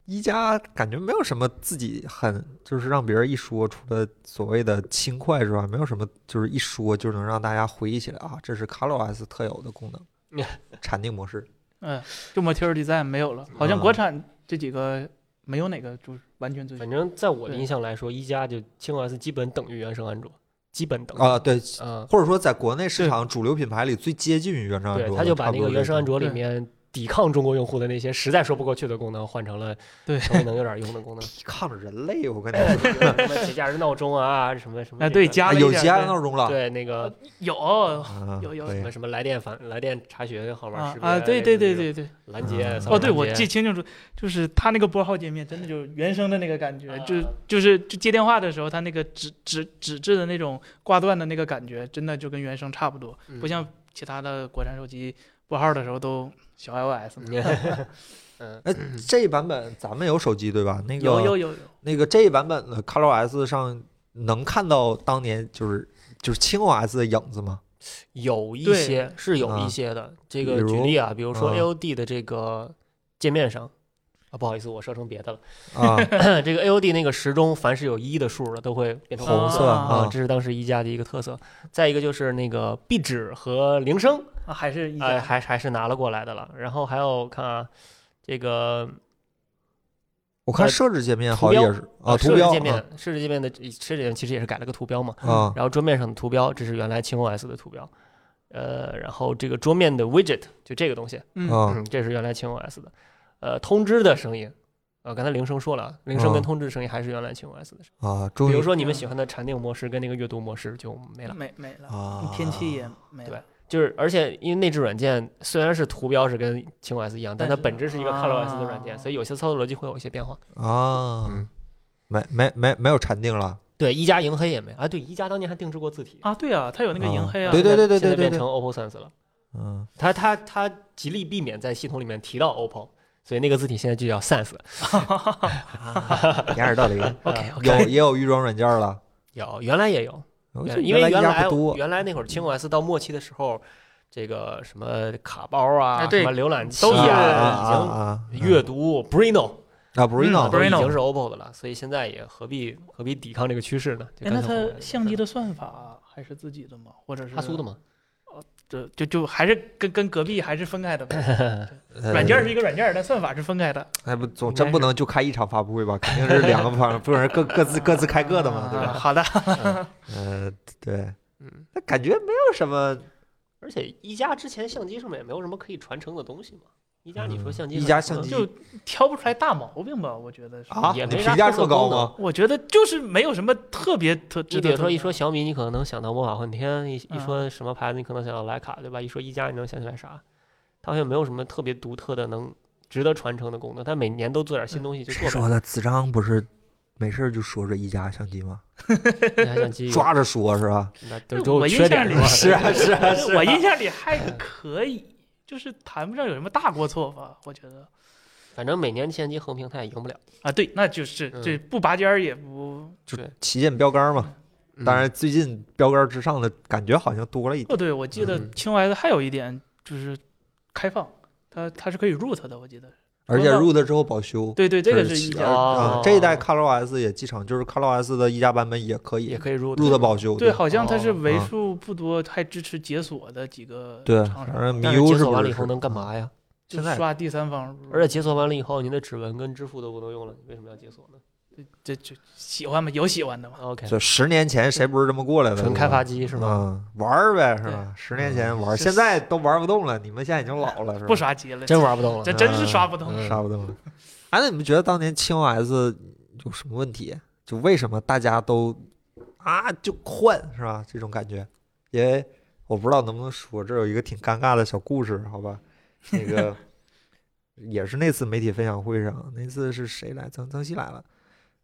Speaker 1: 一加感觉没有什么自己很，就是让别人一说，除了所谓的轻快之外，没有什么就是一说就能让大家回忆起来啊，这是 ColorOS 特有的功
Speaker 3: [laughs]
Speaker 1: 能，禅定模式。
Speaker 2: 嗯，就 Material Design 没有了，好像
Speaker 1: 嗯
Speaker 2: 国产这几个没有哪个就是完全遵循
Speaker 3: 反。正在我的
Speaker 2: 对
Speaker 3: 印象来说，一加就轻 OS 基本等于原生安卓，基本等于
Speaker 1: 啊，对，
Speaker 3: 嗯，
Speaker 1: 或者说在国内市
Speaker 2: 对
Speaker 1: 场主流品牌里最接近于原生安
Speaker 3: 对，
Speaker 1: 卓的，
Speaker 3: 他就把
Speaker 1: 差
Speaker 3: 那
Speaker 1: 不
Speaker 3: 个
Speaker 1: 多
Speaker 3: 原
Speaker 1: 这
Speaker 3: 生
Speaker 1: 种
Speaker 3: 安卓里
Speaker 2: 对
Speaker 3: 面抵抗中国用户的那些实在说不过去的功能，换成了
Speaker 2: 对
Speaker 3: 稍微能有点用的功
Speaker 2: [laughs]
Speaker 3: 能，
Speaker 1: 抵抗人类，我跟你
Speaker 3: 哎
Speaker 1: 说，
Speaker 3: [laughs] 什么节假日闹钟啊，什么什么
Speaker 2: 哎，
Speaker 3: 这
Speaker 2: 对，
Speaker 3: 个
Speaker 2: 加
Speaker 1: 啊
Speaker 2: 了
Speaker 1: 有
Speaker 2: 一点
Speaker 1: 家
Speaker 2: 儿
Speaker 1: 闹钟了，
Speaker 3: 对那个
Speaker 2: 有
Speaker 1: 啊，
Speaker 2: 有有
Speaker 1: 对
Speaker 3: 什么什么来电反来电查询好玩
Speaker 2: 啊
Speaker 3: 识别
Speaker 2: 啊，对对对，
Speaker 3: 类似
Speaker 2: 对对。
Speaker 3: 这种拦截
Speaker 1: 嗯
Speaker 3: 扫
Speaker 2: 哦，
Speaker 3: 码
Speaker 2: 对，我
Speaker 3: 拦
Speaker 2: 记
Speaker 3: 截
Speaker 2: 清清楚，就是他那个拨号界面，真的就是原生的那个感觉，就
Speaker 3: 啊
Speaker 2: 就是就接电话的时候，他那个纸纸纸质的那种挂断的那个感觉，真的就跟原生差不多，
Speaker 3: 嗯
Speaker 2: 不像 [laughs] 其他的国产手机拨号的时候都小 iOS 嘛。
Speaker 3: 嗯 [laughs] 嗯
Speaker 1: 哎，这一版本咱们有手机对吧？那个
Speaker 2: 有有
Speaker 3: [laughs]
Speaker 2: 有有，
Speaker 1: 那个这一版本的 ColorOS 上能看到当年就是就是轻 OS 的影子吗？
Speaker 3: 有一
Speaker 2: 对
Speaker 3: 些是有
Speaker 1: 啊
Speaker 3: 一些的。这
Speaker 1: 比
Speaker 3: 个举
Speaker 1: 如
Speaker 3: 例啊，比如说
Speaker 1: 啊
Speaker 3: AOD 的这个界面上啊，不好意思，我说成别的了。 [clears throat] [laughs]
Speaker 1: 啊，
Speaker 3: 这个 AOD 那个时钟，凡是有一的数了，都会变成
Speaker 1: 红色
Speaker 3: 啊
Speaker 1: 啊，
Speaker 3: 这是当时一加的一个特色。再一个就是那个壁纸和铃声，
Speaker 2: 啊还是一
Speaker 3: 哎，
Speaker 2: 家
Speaker 3: 还还是拿了过来的了。然后还有看啊，这个
Speaker 1: 我看
Speaker 3: 呃
Speaker 1: 设置界面
Speaker 3: 图
Speaker 1: 好像
Speaker 3: 标
Speaker 1: 也是啊，图
Speaker 3: 设置
Speaker 1: 标
Speaker 3: 界面，设置界面的设置界面其实也是改了个图标嘛。
Speaker 1: 啊
Speaker 3: 然后桌面上的图标，这是原来轻 OS 的图标。呃，然后这个桌面的 widget 就这个东西，
Speaker 1: 啊
Speaker 2: 嗯
Speaker 1: 啊
Speaker 3: 嗯，这是原来轻 OS 的。呃，通知的声音，呃，刚才铃声说了，铃声跟
Speaker 1: 嗯
Speaker 3: 通知的声音还是原来轻 OS 的声音。
Speaker 1: 啊！终
Speaker 3: 比
Speaker 1: 于
Speaker 3: 如说你们喜欢的禅定模式跟那个阅读模式就没了。
Speaker 2: 没没了，
Speaker 1: 啊，
Speaker 2: 天气也没
Speaker 3: 对
Speaker 2: 了，
Speaker 3: 就是，而且因为内置软件虽然是图标是跟轻 OS 一样，但它
Speaker 2: 但是
Speaker 3: 本质是一个 ColorOS 的软
Speaker 2: 啊
Speaker 3: 件，所以有些操作逻辑会有一些变化。
Speaker 1: 啊
Speaker 3: 嗯，
Speaker 1: 没没没没有禅定了
Speaker 3: 对，一加银黑也没啊，对，一加当年还定制过字体，
Speaker 2: 啊对啊，它有那个
Speaker 3: 哦
Speaker 2: 银
Speaker 1: 啊
Speaker 2: 黑啊，
Speaker 1: 对对对对
Speaker 3: 现
Speaker 1: 对
Speaker 3: 在
Speaker 1: 对
Speaker 3: 变
Speaker 1: 对
Speaker 3: 成，OPPO Sense 了。
Speaker 1: 嗯，
Speaker 3: 他他他极力避免在系统里面提到 OPPO，所以那个字体现在就叫 Sans。
Speaker 1: [laughs] 掩耳盗铃，
Speaker 3: 啊 [laughs] OK
Speaker 2: 哎
Speaker 1: 有也有预装软件了，
Speaker 3: 有原来也有，
Speaker 1: 我
Speaker 3: 原
Speaker 1: 觉得
Speaker 3: 因为
Speaker 1: 原
Speaker 3: 原
Speaker 1: 来不
Speaker 3: 来
Speaker 1: 多
Speaker 3: 原来那会儿轻 OS 到末期的时候，这个什么卡包啊，
Speaker 2: 哎对
Speaker 3: 什么浏览器
Speaker 2: 都
Speaker 1: 啊
Speaker 2: 是
Speaker 3: 啊，
Speaker 1: 啊
Speaker 3: 已经阅读 Brino
Speaker 1: 啊 Bruno
Speaker 2: 嗯
Speaker 3: 都已
Speaker 2: Brino
Speaker 3: 经是 OPPO 的了，所以现在也何必何必抵抗这个趋势呢？就
Speaker 2: 哎，那
Speaker 3: 干脆
Speaker 2: 它相机
Speaker 3: 的
Speaker 2: 的算法还是自己的吗？或者是
Speaker 3: 哈苏
Speaker 2: [laughs]
Speaker 3: 的吗？
Speaker 2: 这就就还是跟跟隔壁还是分开的呗。
Speaker 1: 呃
Speaker 2: 软件是一个软件，但算法是分开的。
Speaker 1: 哎不总
Speaker 3: 应
Speaker 1: 真
Speaker 3: 该
Speaker 1: 不
Speaker 3: 是
Speaker 1: 能就开一场发布会吧？肯定是两个
Speaker 3: [laughs]
Speaker 1: 方，不是各各自各自开各的嘛，对吧？
Speaker 2: 啊
Speaker 1: [laughs]
Speaker 2: 好的，
Speaker 1: 呃，对，
Speaker 3: 嗯，
Speaker 1: 那感觉没有什么。
Speaker 3: 而且一加之前相机上面也没有什么可以传承的东西嘛。一加你说
Speaker 1: 嗯
Speaker 3: 相机
Speaker 1: 一
Speaker 3: 上
Speaker 1: 加
Speaker 3: 有
Speaker 1: 相
Speaker 3: 什么
Speaker 1: 机
Speaker 2: 就挑不出来大毛病吧？我觉得是
Speaker 1: 啊，
Speaker 3: 也
Speaker 1: 你
Speaker 3: 没
Speaker 1: 评
Speaker 3: 啥
Speaker 1: 价
Speaker 3: 特
Speaker 1: 这么
Speaker 3: 色
Speaker 1: 高
Speaker 3: 功能
Speaker 1: 吗？
Speaker 2: 我觉得就是没有什么特别特值
Speaker 3: 你
Speaker 2: 得
Speaker 3: 比如
Speaker 2: 特
Speaker 3: 说
Speaker 2: 别
Speaker 3: 一说小米，你可能能想到魔法幻天；一一
Speaker 2: 嗯
Speaker 3: 说什么牌子，你可能想到徕卡，对吧？一说一加，你能想起来啥？它好像没有什么特别独特的能值得传承的功能，它每年都做点新东
Speaker 1: [laughs]
Speaker 3: 西，就
Speaker 1: 谁
Speaker 3: 做
Speaker 1: 说
Speaker 3: 呗。
Speaker 1: 的？子章不是没事儿就说说一加相机吗？
Speaker 3: 你还想记忆，
Speaker 1: 抓着说是吧？
Speaker 3: 那都
Speaker 2: 那
Speaker 3: 都有
Speaker 2: 我印
Speaker 3: 缺点
Speaker 2: 象里
Speaker 3: 是
Speaker 1: [laughs] 是
Speaker 2: [laughs]
Speaker 3: 吧？
Speaker 1: 啊，是啊，是啊。
Speaker 2: 我印象里还可以，就是谈不上有什么大过错吧？我觉得
Speaker 3: 反正每年相机横屏它也赢不了。
Speaker 2: 啊，对，那就是
Speaker 3: 嗯
Speaker 2: 这不拔尖儿也不
Speaker 1: 旗舰标杆嘛，
Speaker 3: 嗯
Speaker 1: 当然最近标杆之上的感觉好像多了一点。
Speaker 2: 哦，对，我记得
Speaker 3: 嗯
Speaker 2: 青 OS 还有一点就是开放，它它是可以 root 的，我记得。
Speaker 1: 而且
Speaker 2: 说到
Speaker 1: 入的之后保修。
Speaker 2: 对对，这个
Speaker 1: 是
Speaker 2: 是一
Speaker 1: 旗
Speaker 2: 加
Speaker 1: 而啊
Speaker 3: 哦，
Speaker 1: 这一代 ColorOS 也继承，就是 ColorOS 的一加版本也可
Speaker 3: 也
Speaker 1: 以
Speaker 3: 可以入
Speaker 1: 入的保修。
Speaker 2: 对，好像它是
Speaker 3: 哦
Speaker 2: 为
Speaker 1: 啊
Speaker 2: 数不多还支持解锁的几个
Speaker 1: 对，
Speaker 2: 厂
Speaker 1: 反
Speaker 2: 商，
Speaker 1: 正
Speaker 3: 但是
Speaker 1: MIU
Speaker 3: 解
Speaker 1: 是
Speaker 3: 锁
Speaker 1: 不
Speaker 3: 完
Speaker 1: 是
Speaker 3: 了以后能干嘛呀？
Speaker 2: 就
Speaker 1: 现在
Speaker 2: 刷第三方 root。
Speaker 3: 而且解锁完了以后，你的指纹跟支付都不能用了，你为什么要解锁呢
Speaker 2: 这这喜欢吗？有喜欢的吗？
Speaker 3: ？OK，
Speaker 1: 就十年前谁不是这么过来的？
Speaker 3: [laughs] 哎纯
Speaker 1: 对吧
Speaker 3: 开发机是吗？嗯
Speaker 1: 嗯，玩儿呗，是
Speaker 2: 对
Speaker 1: 吧？十年前玩儿，
Speaker 2: 是
Speaker 1: 现在都玩不动了。你们现在已经老了，是吧？
Speaker 2: 不刷机了，
Speaker 3: 真玩不动了
Speaker 2: 这，真是刷不动。
Speaker 3: 嗯
Speaker 1: 刷不动了。哎，那你们觉得当年轻 OS 有什么问题？就为什么大家都啊就换是吧？这种感觉，因为我不知道能不能说，这有一个挺尴尬的小故事，好吧？那个 [laughs] 也是那次媒体分享会上，那次是谁来？曾曾曦来了，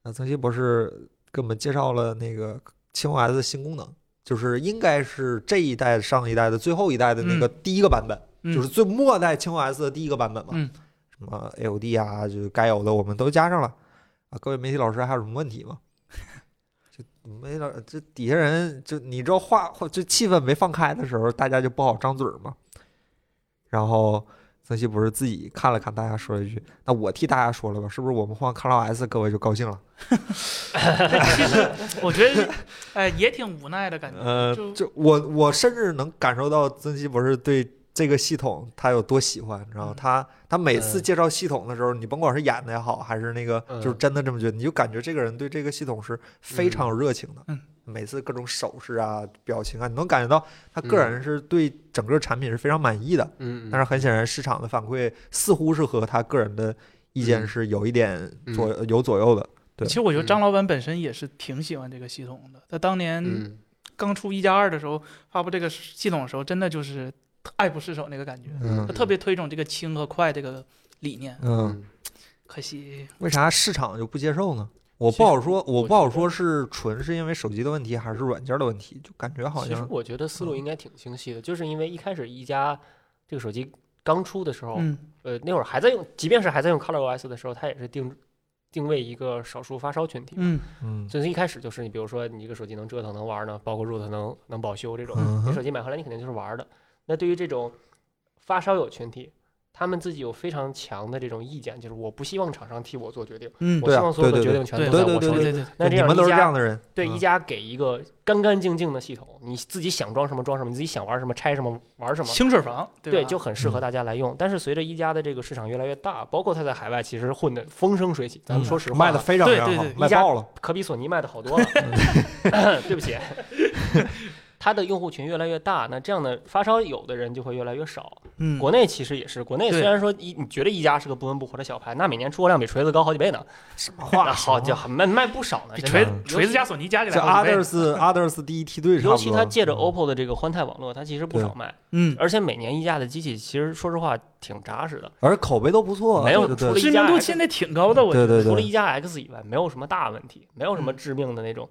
Speaker 1: 啊，曾曦博士给我们介绍了那个轻 OS 新功能，就是应该是这一代、上一代的最后一代的那个第一个版本，
Speaker 2: 嗯
Speaker 1: 就是最末代青 OS 的第一个版本嘛。
Speaker 2: 嗯
Speaker 1: 什么 AOD 啊，就是该有的我们都加上了啊。各位媒体老师还有什么问题吗？就媒体老这底下人就你知道话，就气氛没放开的时候，大家就不好张嘴儿嘛。然后曾皙不是自己看了看大家说了一句：“那我替大家说了吧，是不是我们换 ColorOS，各位就高兴了？”
Speaker 2: [laughs] 其实我觉得，哎，也挺无奈的感觉。
Speaker 1: 呃，
Speaker 2: 就
Speaker 1: 就我我甚至能感受到曾皙博士对这个系统他有多喜欢，然后
Speaker 2: 嗯
Speaker 1: 他他每次
Speaker 3: 嗯
Speaker 1: 介绍系统的时候，你甭管是演的也好，还是那个就是
Speaker 3: 嗯
Speaker 1: 真的这么觉得，你就感觉这个人对这个系统是非常有热情的。
Speaker 2: 嗯
Speaker 1: 每次各种手势啊、表情啊，你能感觉到他个人是对整个产品是非常满意的。
Speaker 3: 嗯，
Speaker 1: 但是很显然，市场的反馈似乎是和他个人的意见
Speaker 3: 嗯
Speaker 1: 是有一点左、有左右的。对
Speaker 2: 其实我觉得
Speaker 3: 嗯
Speaker 2: 张老板本身也是挺喜欢这个系统的。他当年
Speaker 3: 嗯
Speaker 2: 刚出一加二的时候，发布这个系统的时候，真的就是爱不释手那个感觉。
Speaker 1: 嗯
Speaker 2: 他特别推崇这个轻和快这个理念，
Speaker 1: 嗯，
Speaker 2: 可惜
Speaker 1: 为啥市场就不接受呢？我
Speaker 3: 其
Speaker 1: 不
Speaker 3: 实
Speaker 1: 好说，我
Speaker 3: 我
Speaker 1: 不好
Speaker 3: 觉得
Speaker 1: 说是纯是因为手机的问题，还是软件的问题，就感觉好
Speaker 3: 其实
Speaker 1: 像嗯
Speaker 3: 我觉得思路应该挺清晰的，就是因为一开始一加这个手机刚出的时候，
Speaker 2: 嗯
Speaker 3: 呃，那会儿还在用，即便是还在用 ColorOS 的时候，它也是定定位一个少数发烧群体。
Speaker 2: 嗯
Speaker 1: 嗯
Speaker 3: 所以一开始就是你，比如说你这个手机能折腾能玩呢，包括 root 能能保修这种，
Speaker 1: 嗯
Speaker 3: 你
Speaker 1: 哼
Speaker 3: 手机买回来你肯定就是玩的。那对于这种发烧友群体，他们自己有非常强的这种意见，就是我不希望厂商替我做决定，
Speaker 2: 嗯，
Speaker 3: 我
Speaker 1: 对啊
Speaker 3: 希望所有的
Speaker 1: 对对
Speaker 3: 决定权
Speaker 2: 对
Speaker 3: 都在
Speaker 1: 对
Speaker 3: 我
Speaker 1: 对
Speaker 3: 手
Speaker 2: 对
Speaker 3: 里。
Speaker 2: 对对，
Speaker 3: 那这
Speaker 1: 你
Speaker 3: 样
Speaker 1: 们都
Speaker 3: 一
Speaker 1: 是这
Speaker 3: 加
Speaker 1: 样的人，
Speaker 3: 对，
Speaker 1: 嗯
Speaker 3: 一加给一个干干净净的系统，你自己想装什么装什么，你自己想玩什么拆什么玩什么，
Speaker 2: 清水房
Speaker 3: 对，
Speaker 2: 吧
Speaker 3: 就很
Speaker 1: 嗯
Speaker 3: 适合大家来用。但是随着一加的这个市场越来越大，包括它在海外其实混得风生水起，咱
Speaker 1: 嗯
Speaker 3: 们说实话，
Speaker 1: 卖的非常非
Speaker 2: 对
Speaker 1: 常
Speaker 2: 对
Speaker 1: 好
Speaker 2: 对，
Speaker 1: 卖
Speaker 3: 一加
Speaker 1: 爆了，
Speaker 3: 可比索尼卖的好
Speaker 1: [laughs]
Speaker 3: 多了。 [laughs] 对不起， [laughs] 它的用户群越来越大，那这样的发烧友的人就会越来越少。
Speaker 2: 嗯
Speaker 3: 国内其实也是，国内
Speaker 2: 对
Speaker 3: 虽然说一你觉得一加是个不温不火的小牌，那每年出货量比锤子高好几倍呢，
Speaker 1: 什么
Speaker 3: 那好
Speaker 1: 啊
Speaker 3: 就很卖卖不少呢。
Speaker 2: 比
Speaker 3: 真
Speaker 2: 锤子
Speaker 3: 的
Speaker 1: 嗯
Speaker 2: 锤子加索尼加起
Speaker 1: 这
Speaker 2: 来好几倍，
Speaker 3: [laughs]
Speaker 1: others others 第一梯队差不多，
Speaker 3: 尤其它借着
Speaker 1: 嗯
Speaker 3: OPPO 的这个欢泰网络，它其实不少卖，
Speaker 2: 嗯，
Speaker 3: 而且每年一加的机器其实说实话挺扎实的，
Speaker 1: 而口碑都不错，
Speaker 3: 没有
Speaker 1: 对
Speaker 3: 出
Speaker 1: 对
Speaker 3: 力
Speaker 2: 知名度现在挺高的，我觉
Speaker 1: 对
Speaker 2: 得
Speaker 1: 对
Speaker 3: 除了
Speaker 1: 对，
Speaker 3: 一加 X 以外，没有什么大问题，没有什么
Speaker 2: 嗯
Speaker 3: 致命的那种。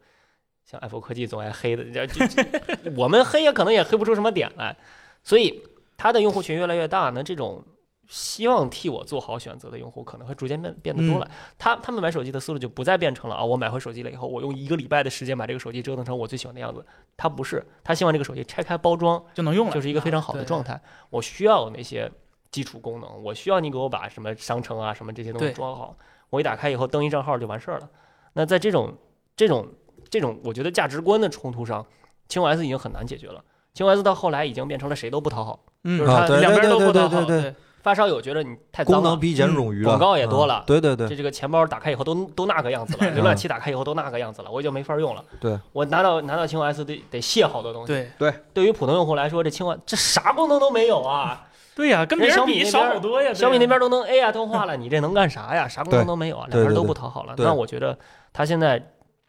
Speaker 3: 像 Apple 科技总爱黑的，这这这我们黑也可能也黑不出什么点来，所以它的用户群越来越大，那这种希望替我做好选择的用户可能会逐渐变变得多了。
Speaker 1: 嗯
Speaker 3: 他他们买手机的思路就不再变成了啊，我买回手机了以后，我用一个礼拜的时间把这个手机折腾成我最喜欢的样子。他不是，他希望这个手机拆开包装，
Speaker 2: 就能用了，啊
Speaker 3: 就是一个非常好的状
Speaker 2: 态。
Speaker 3: 态。我需要有那些基础功能，我需要你给我把什么商城啊、什么这些东西
Speaker 2: 对
Speaker 3: 装好。我一打开以后登一账号就完事儿了。那在这种这种这种我觉得价值观的冲突上，轻 OS 已经很难解决了。轻 OS 到后来已经变成了谁都不讨好，
Speaker 2: 嗯
Speaker 3: 就是，它
Speaker 1: 啊对
Speaker 2: 两
Speaker 1: 对对
Speaker 2: 边都
Speaker 1: 对
Speaker 2: 不讨
Speaker 1: 对
Speaker 2: 好，
Speaker 1: 对对，
Speaker 2: 对，
Speaker 3: 发烧友觉得你太
Speaker 1: 功
Speaker 3: 脏
Speaker 1: 能
Speaker 3: 了。
Speaker 1: 逼减
Speaker 2: 嗯
Speaker 1: 冗余了，
Speaker 3: 广告也多
Speaker 1: 嗯
Speaker 3: 了
Speaker 1: 对对对
Speaker 3: 这，这个钱包打开以后都都那个样
Speaker 1: [laughs]
Speaker 3: 子了，浏览器打开以后都那个样子了，我已经没法用了。
Speaker 1: 对，
Speaker 3: 我拿到拿到轻 OS 得得卸好多东西。
Speaker 2: 对
Speaker 3: 对于普通用户来说，这轻 OS 这啥功能都没有啊！
Speaker 2: 对呀，跟别人
Speaker 3: 人家小米
Speaker 2: 比
Speaker 3: 那边
Speaker 2: 少好多呀。对呀
Speaker 3: 小米那边都能 AI 通话了，你这能干啥呀？啥功能都没有啊，
Speaker 1: 对
Speaker 3: 两边都
Speaker 1: 对对
Speaker 3: 不讨好了。
Speaker 1: 对
Speaker 3: 那我觉得他现在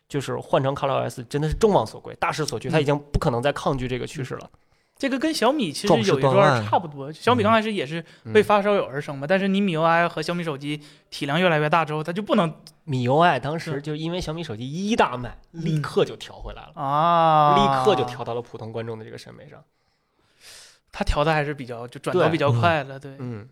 Speaker 3: 就是换成 ColorOS 真的是众望所归，大势所
Speaker 1: 嗯
Speaker 3: 趋，他已经不可能再抗拒这个趋势了。
Speaker 2: 这个跟小米其实
Speaker 1: 壮士嗯
Speaker 2: 有一
Speaker 1: 断
Speaker 2: 段
Speaker 1: 腕
Speaker 2: 差不多，小米刚开始也是为发烧友而生嘛，但是你米 UI 和小米手机体量越来越大之后，它就不能
Speaker 3: 米 UI 当时就因为小米手机一大卖，
Speaker 2: 嗯
Speaker 3: 立刻就调回来了，
Speaker 2: 啊，
Speaker 3: 立刻就，调到了普通观众的这个审美上。
Speaker 2: 它调的还是比较就转调
Speaker 3: 对
Speaker 2: 比较
Speaker 1: 嗯
Speaker 2: 快了，对，
Speaker 3: 嗯，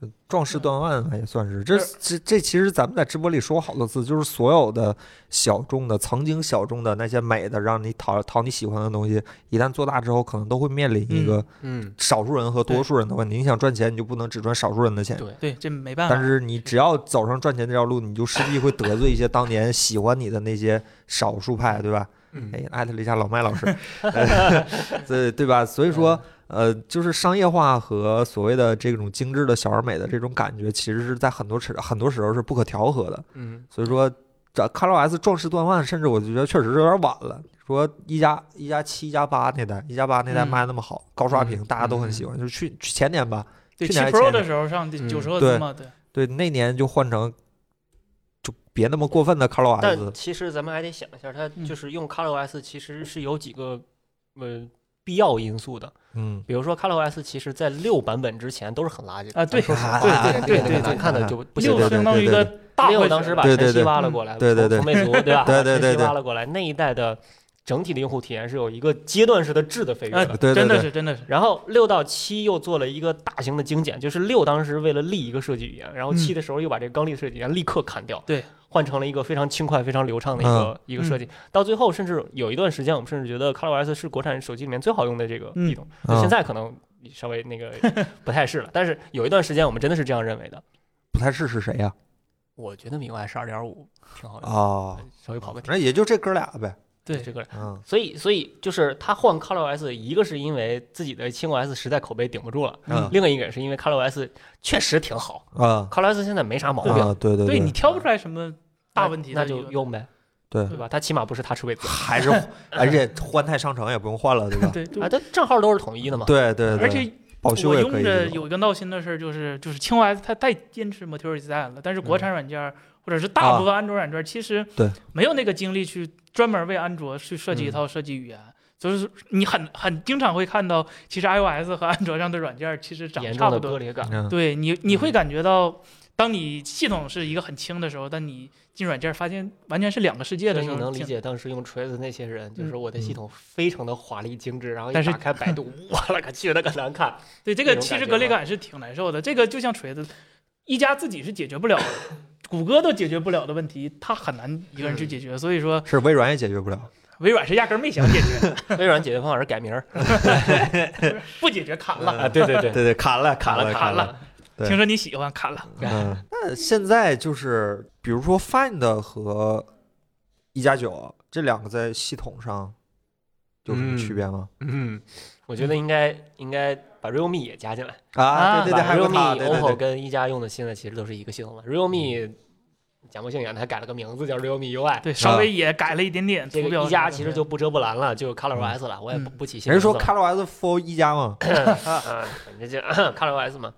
Speaker 1: 就壮士断腕吧，也算是这这这其实咱们在直播里说过好多次，就是所有的小众的、曾经小众的那些美的，让你讨讨你喜欢的东西，一旦做大之后，可能都会面临一个
Speaker 3: 嗯，
Speaker 1: 少数人和多数人的问题。你想赚钱，你就不能只赚少数人的钱，
Speaker 3: 对，
Speaker 2: 对，这没办法。
Speaker 1: 但是你只要走上赚钱这条路，你就势必会得罪一些当年喜欢你的那些少数派，对吧？
Speaker 3: 嗯
Speaker 1: 哎，艾特了一下老麦老
Speaker 3: [laughs]
Speaker 1: 师，呃对对吧？所以
Speaker 3: 嗯
Speaker 1: 说，呃，就是商业化和所谓的这种精致的小而美的这种感觉，其实是在很多时很多时候是不可调和的。
Speaker 3: 嗯，
Speaker 1: 所以说，这 ColorOS 壮士断腕，甚至我就觉得确实是有点晚了。说一加一加七、一加八那代，一加八那代
Speaker 2: 嗯
Speaker 1: 卖那么好，高刷屏，
Speaker 3: 嗯
Speaker 1: 大家都很喜欢。就是去去前年吧，
Speaker 2: 对
Speaker 1: 去
Speaker 2: 七
Speaker 1: 年还
Speaker 2: Pro
Speaker 1: 前
Speaker 2: 的
Speaker 1: 年
Speaker 2: 时候上
Speaker 3: 嗯
Speaker 2: 九十赫兹
Speaker 1: 对
Speaker 2: 嘛，对，
Speaker 1: 对，那年就换成就别那么过分的
Speaker 3: 但
Speaker 1: ColorOS。
Speaker 3: 其实咱们还得想一下，它
Speaker 2: 嗯
Speaker 3: 就是用 ColorOS 其实是有几个呃必要因素的。
Speaker 1: 嗯，
Speaker 3: 比如说 ColorOS，其实在六版本之前都是很垃圾的
Speaker 2: 啊对
Speaker 3: 说实话
Speaker 1: 对
Speaker 3: 对
Speaker 1: 对对
Speaker 3: 对，
Speaker 1: 对嗯
Speaker 3: 难看的就不行
Speaker 1: 对
Speaker 2: 六
Speaker 1: 对
Speaker 2: 相
Speaker 3: 了。
Speaker 2: 当于一个大
Speaker 3: 六
Speaker 2: 会
Speaker 3: 当
Speaker 2: 选
Speaker 3: 时把
Speaker 1: 对对
Speaker 3: 晨曦
Speaker 1: 对
Speaker 3: 挖了过来，
Speaker 1: 对对对
Speaker 3: 从从魅族对吧？
Speaker 1: 对对对
Speaker 3: 晨曦
Speaker 1: 对
Speaker 3: 挖了过来，那一代的整体的用户体验是有一个阶段式的质的飞跃
Speaker 2: 啊
Speaker 3: 的。
Speaker 1: 对对
Speaker 2: 真的
Speaker 1: 对，
Speaker 2: 是真的是，
Speaker 3: 然后六到七又做了一个大型的精简，就是六当时为了立一个设计语言，然后七的时候又把这个刚立的设计语言立刻砍掉，
Speaker 2: 对，
Speaker 3: 换成了一个非常轻快、非常流畅的一个、一个设计。到最后，甚至有一段时间，我们甚至觉得 ColorOS 是国产手机里面最好用的这个
Speaker 2: 嗯
Speaker 3: 系统，
Speaker 1: 嗯
Speaker 3: 现在可能稍微那个不太是了，但是有一段时间我们真的是这样认为的。
Speaker 1: 不太是是谁呀？
Speaker 3: 我觉得 MIUI 十二点五挺好用，
Speaker 1: 啊，
Speaker 3: 稍微跑个题。
Speaker 1: 那也就这哥俩呗。
Speaker 2: 对
Speaker 3: 这个，
Speaker 1: 嗯
Speaker 3: 所以所以就是他换 ColorOS，一个是因为自己的轻 OS 实在口碑顶不住了。
Speaker 1: 嗯
Speaker 3: 另外一个也是因为 ColorOS 确实挺好
Speaker 1: 啊
Speaker 3: ，ColorOS 现在没啥毛病，
Speaker 1: 啊，对对
Speaker 2: 对你挑不出来什么大问题，
Speaker 3: 哎那
Speaker 2: 它
Speaker 3: 就用呗，
Speaker 1: 对
Speaker 3: 对吧？它起码不是它吃位子
Speaker 1: 还是而且换太商城也不用换了，对吧？
Speaker 2: 对，就
Speaker 3: 啊，它账号都是统一的嘛。
Speaker 1: 对对对，
Speaker 2: 而且
Speaker 1: 保修
Speaker 2: 我
Speaker 1: 也
Speaker 2: 用
Speaker 1: 可以
Speaker 2: 着
Speaker 1: 这种。
Speaker 2: 有一个闹心的事儿，就是就是轻 OS 它太坚持 Material Design 了，但是国产软件儿或者是大部分安卓软件儿其实
Speaker 1: 嗯啊对嗯
Speaker 2: 没有那个精力去专门为安卓去设计一套设计语言。就是你很很经常会看到，其实 iOS 和安卓上的软件儿其实长
Speaker 3: 严
Speaker 2: 差
Speaker 3: 重
Speaker 2: 不
Speaker 3: 的
Speaker 2: 多
Speaker 3: 割。裂感，
Speaker 1: 嗯
Speaker 2: 对你，你会
Speaker 3: 嗯
Speaker 2: 感觉到，当你系统是一个很轻的时候，但你进软件儿发现完全是两个世界
Speaker 3: 所
Speaker 2: 的
Speaker 3: 以
Speaker 2: 时
Speaker 3: 你
Speaker 2: 候，
Speaker 3: 能理
Speaker 2: 挺
Speaker 3: 解当时用锤子那些人，就是
Speaker 2: 嗯
Speaker 3: 我的
Speaker 1: 嗯
Speaker 3: 系统非常的华丽精致，然后一
Speaker 2: 但是
Speaker 3: 打开百度， [laughs] 我了个去，那个难看。
Speaker 2: 对，这
Speaker 3: 那
Speaker 2: 个
Speaker 3: 种
Speaker 2: 其
Speaker 3: 感
Speaker 2: 实
Speaker 3: 觉
Speaker 2: 割裂
Speaker 3: 吧
Speaker 2: 感是挺难受的。这个就像锤子，一加自己是解决不了的，谷歌都解决不了的问题，它很难一个人去解
Speaker 1: 嗯
Speaker 2: 决。所以说，
Speaker 1: 是微软也解决不了。
Speaker 2: 微软是压根儿没想
Speaker 1: [laughs]
Speaker 2: 解决，
Speaker 3: 微软解决方案是改名儿
Speaker 2: 不解决砍
Speaker 1: 嗯
Speaker 2: 了。
Speaker 3: 啊，对对
Speaker 1: [laughs]
Speaker 3: 对，
Speaker 1: 对对，砍了砍
Speaker 3: 了
Speaker 1: 砍
Speaker 3: 砍。，
Speaker 1: 对
Speaker 2: 听说你喜欢砍了，
Speaker 1: 嗯，那现在就是比如说 Find 和一加九这两个在系统上有什么区别吗？
Speaker 3: 嗯，我觉得应该应该把 Realme 也加进来，
Speaker 1: 啊，
Speaker 2: 啊
Speaker 1: 对对对，
Speaker 3: 把
Speaker 1: 还有它，
Speaker 3: Realme、
Speaker 1: 对对
Speaker 3: OPPO
Speaker 1: 对，
Speaker 3: 跟一加用的现在其实都是一个系统了。Realme 讲不性眼，它改了个名字叫 Realme UI，
Speaker 2: 对，
Speaker 1: 啊
Speaker 2: 稍微也改了一点点
Speaker 3: 这
Speaker 2: 图标
Speaker 3: 个
Speaker 2: 什么
Speaker 3: 一加
Speaker 2: 的
Speaker 3: 其实就不遮不拦了，就 ColorOS 了，我也不不起
Speaker 1: 嗯
Speaker 3: 新
Speaker 1: 人
Speaker 3: 名
Speaker 1: 家
Speaker 3: 字了。
Speaker 1: 说 ColorOS for 一加嘛，
Speaker 3: 啊，反正就 [coughs] ColorOS 嘛。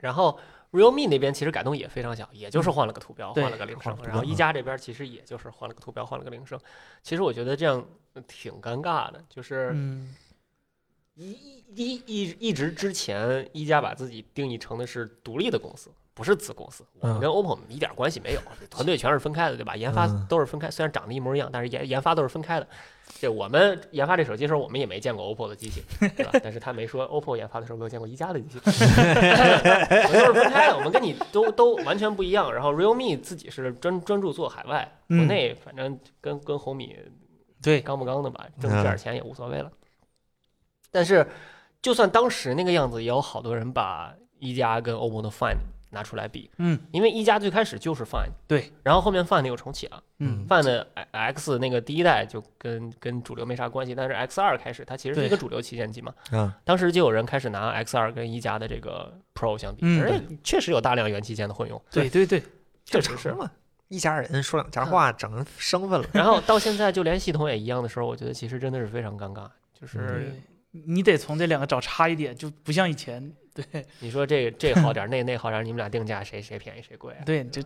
Speaker 3: 然后 Realme 那边其实改动也非常小，也就是换了个图标，
Speaker 2: 对
Speaker 3: 换了个铃
Speaker 1: 嗯换了。
Speaker 3: 声
Speaker 1: 个图
Speaker 3: 然后
Speaker 1: 标
Speaker 3: 一加这边其实也就是换了个图标，换了个铃声。其实我觉得这样挺尴尬的，就是
Speaker 2: 嗯，
Speaker 3: 一一一一直之前，一加把自己定义成的是独立的公司，不是子公司。我
Speaker 1: 嗯
Speaker 3: 们跟 OPPO 一点关系没有，团队全是分开的，对吧？研发
Speaker 1: 嗯
Speaker 3: 都是分开，虽然长得一模一样，但是研研发都是分开的。这我们研发这手机的时候，我们也没见过 OPPO 的机器，对吧？但是他没说 OPPO 研发的时候没有见过一加的机器， [laughs] 我们都是分开的，我们跟你都都完全不一样。然后 Realme 自己是专专注做海外，国
Speaker 2: 嗯
Speaker 3: 内反正跟跟红米
Speaker 2: 对，啊
Speaker 3: 刚不刚的吧，挣
Speaker 1: 嗯
Speaker 3: 这点钱也无所谓了。但是，就算当时那个样子，也有好多人把一加跟 OPPO 的 Find 拿出来比，
Speaker 2: 嗯
Speaker 3: 因为一加最开始就是 Find，
Speaker 2: 对，
Speaker 3: 然后后面 Find 又重启了
Speaker 1: 嗯
Speaker 2: 嗯，
Speaker 3: ，Find X 那个第一代就跟跟主流没啥关系，但是 X 二开始它其实是
Speaker 2: 对
Speaker 3: 一个主流旗舰机嘛，
Speaker 1: 嗯，
Speaker 3: 当时就有人开始拿 X 二跟一加的这个 Pro 相比，
Speaker 2: 嗯
Speaker 3: 而且确实有大量元器件的混用，
Speaker 2: 对对对，
Speaker 3: 确实是。
Speaker 1: 嘛，一家人说两家话，整生
Speaker 2: [laughs]
Speaker 1: 分了。
Speaker 3: 然后到现在就连系统也一样的时候，我觉得其实真的是非常尴尬，就是
Speaker 2: 对你得从这两个找差一点，就不像以前，对
Speaker 3: 你说这个这好点儿，那那好点儿，你们俩定价谁谁便宜谁贵啊？
Speaker 2: 对，就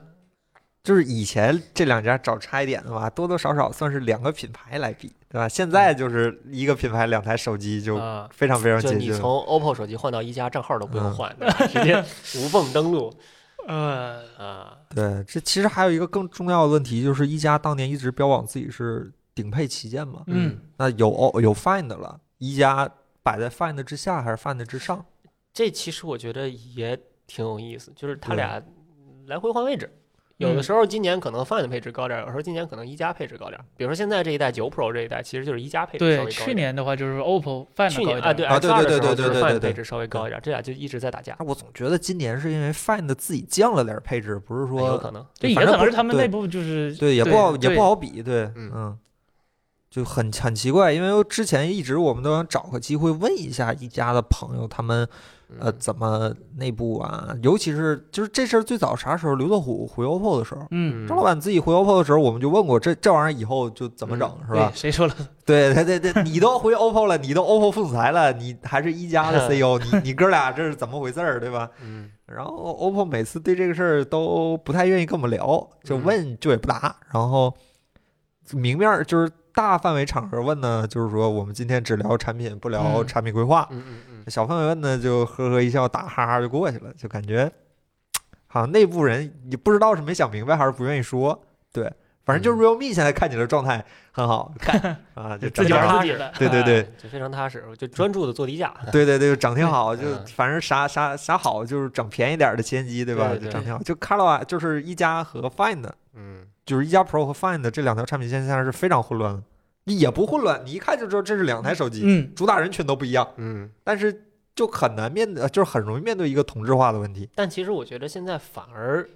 Speaker 1: 就是以前这两家找差一点的话，多多少少算是两个品牌来比，对吧？现在就是一个品牌两台手机就
Speaker 3: 啊，
Speaker 1: 非常非常
Speaker 3: 就
Speaker 1: 接
Speaker 3: 你
Speaker 1: 近了。
Speaker 3: 从 OPPO 手机换到一加，账号都不用
Speaker 1: 嗯
Speaker 3: 换，对
Speaker 2: [laughs]
Speaker 3: 吧直接无缝登录
Speaker 2: 呃，
Speaker 3: 啊。
Speaker 1: 对，这其实还有一个更重要的问题，就是一加当年一直标榜自己是顶配旗舰嘛，
Speaker 2: 嗯，
Speaker 1: 那有哦有 Find 了，一加摆在 Find 之下还是 Find 之上？
Speaker 3: 这其实我觉得也挺有意思，就是他
Speaker 1: 对
Speaker 3: 俩来回换位置。
Speaker 2: 嗯
Speaker 3: 有的时候今年可能 Find 配置高点儿，有时候今年可能一加配置高点儿。比如说现在这一代九 Pro 这一代，其实就是一加配置稍
Speaker 2: 对，
Speaker 3: 微高
Speaker 2: 去
Speaker 3: 一点儿。
Speaker 2: 年的话就是 OPPO Find
Speaker 3: 去
Speaker 2: 高
Speaker 3: 年
Speaker 2: 一
Speaker 3: 啊，
Speaker 2: 点，
Speaker 3: 对
Speaker 1: 啊
Speaker 3: X 二
Speaker 1: 对对
Speaker 3: 的时
Speaker 1: 对
Speaker 3: 候就是
Speaker 1: 对对
Speaker 3: Find
Speaker 1: 对对
Speaker 3: 配置稍微高一点儿，这俩就一直在打架，
Speaker 1: 我总觉得今年是因为 Find 自己降了点配置，不是
Speaker 3: 哎有
Speaker 1: 说
Speaker 3: 可能。
Speaker 2: 这也
Speaker 1: 反
Speaker 2: 可
Speaker 1: 正不
Speaker 2: 能是
Speaker 1: 是
Speaker 2: 他们
Speaker 1: 对
Speaker 2: 内部就是
Speaker 1: 对也不
Speaker 2: 对
Speaker 1: 好也
Speaker 2: 对
Speaker 1: 不好比，对，
Speaker 3: 嗯
Speaker 1: 嗯，就很很奇怪，因为之前一直我们都想找个机会问一下一加的朋友，他们呃
Speaker 3: 嗯
Speaker 1: 怎么内部啊，尤其是就是这事儿最早啥时候？刘德虎回 OPPO 的时候。
Speaker 2: 嗯，
Speaker 1: 张老板自己回 OPPO 的时候，我们就问过这这玩意儿以后就怎么整，是吧
Speaker 2: 对，？谁说了？
Speaker 1: 对 [laughs] 对对对，你都回 OPPO 了，你都 OPPO 副总裁了，你还是一加的
Speaker 2: [laughs]
Speaker 1: CEO，你你哥俩这是怎么回事儿，对吧？
Speaker 3: 嗯
Speaker 1: 然后 OPPO 每次对这个事儿都不太愿意跟我们聊，就
Speaker 2: 嗯
Speaker 1: 问就也不答，然后明面儿就是大范围场合问呢，就是说我们今天只聊产品，不聊
Speaker 2: 嗯
Speaker 1: 产品规划；
Speaker 3: 嗯嗯嗯，
Speaker 1: 小范围问呢，就呵呵一笑，打哈哈就过去了，就感觉好像内部人也不知道是没想明白还是不愿意说，对。反
Speaker 2: 嗯
Speaker 1: 正就是 realme 现在看起来状态很
Speaker 2: [laughs]
Speaker 1: 好，看啊，就长
Speaker 2: 自己
Speaker 1: 挺
Speaker 2: 玩
Speaker 1: 好
Speaker 2: [laughs] 儿
Speaker 3: 踏
Speaker 2: 自己
Speaker 3: 实 [laughs]
Speaker 2: 的
Speaker 1: 对对对，
Speaker 3: 嗯就非常踏实，就专注的做低价，
Speaker 1: 对对对，涨挺好，就
Speaker 3: 嗯
Speaker 1: 反正啥啥啥好，就是整便宜点儿的旗舰机，对吧？
Speaker 3: 对对
Speaker 1: 就涨挺好。就 c a l a 就是一加和 Find，
Speaker 3: 嗯，
Speaker 1: 就是一加 Pro 和 Find 这两条产品线现在是非常混乱的，也不混乱，你一看就知道这是两台手机，
Speaker 2: 嗯，
Speaker 1: 主打人群都不一样，
Speaker 3: 嗯，
Speaker 1: 但是就很难面对，呃就是很容易面对一个同质化的问题。
Speaker 3: 但其实我觉得现在反而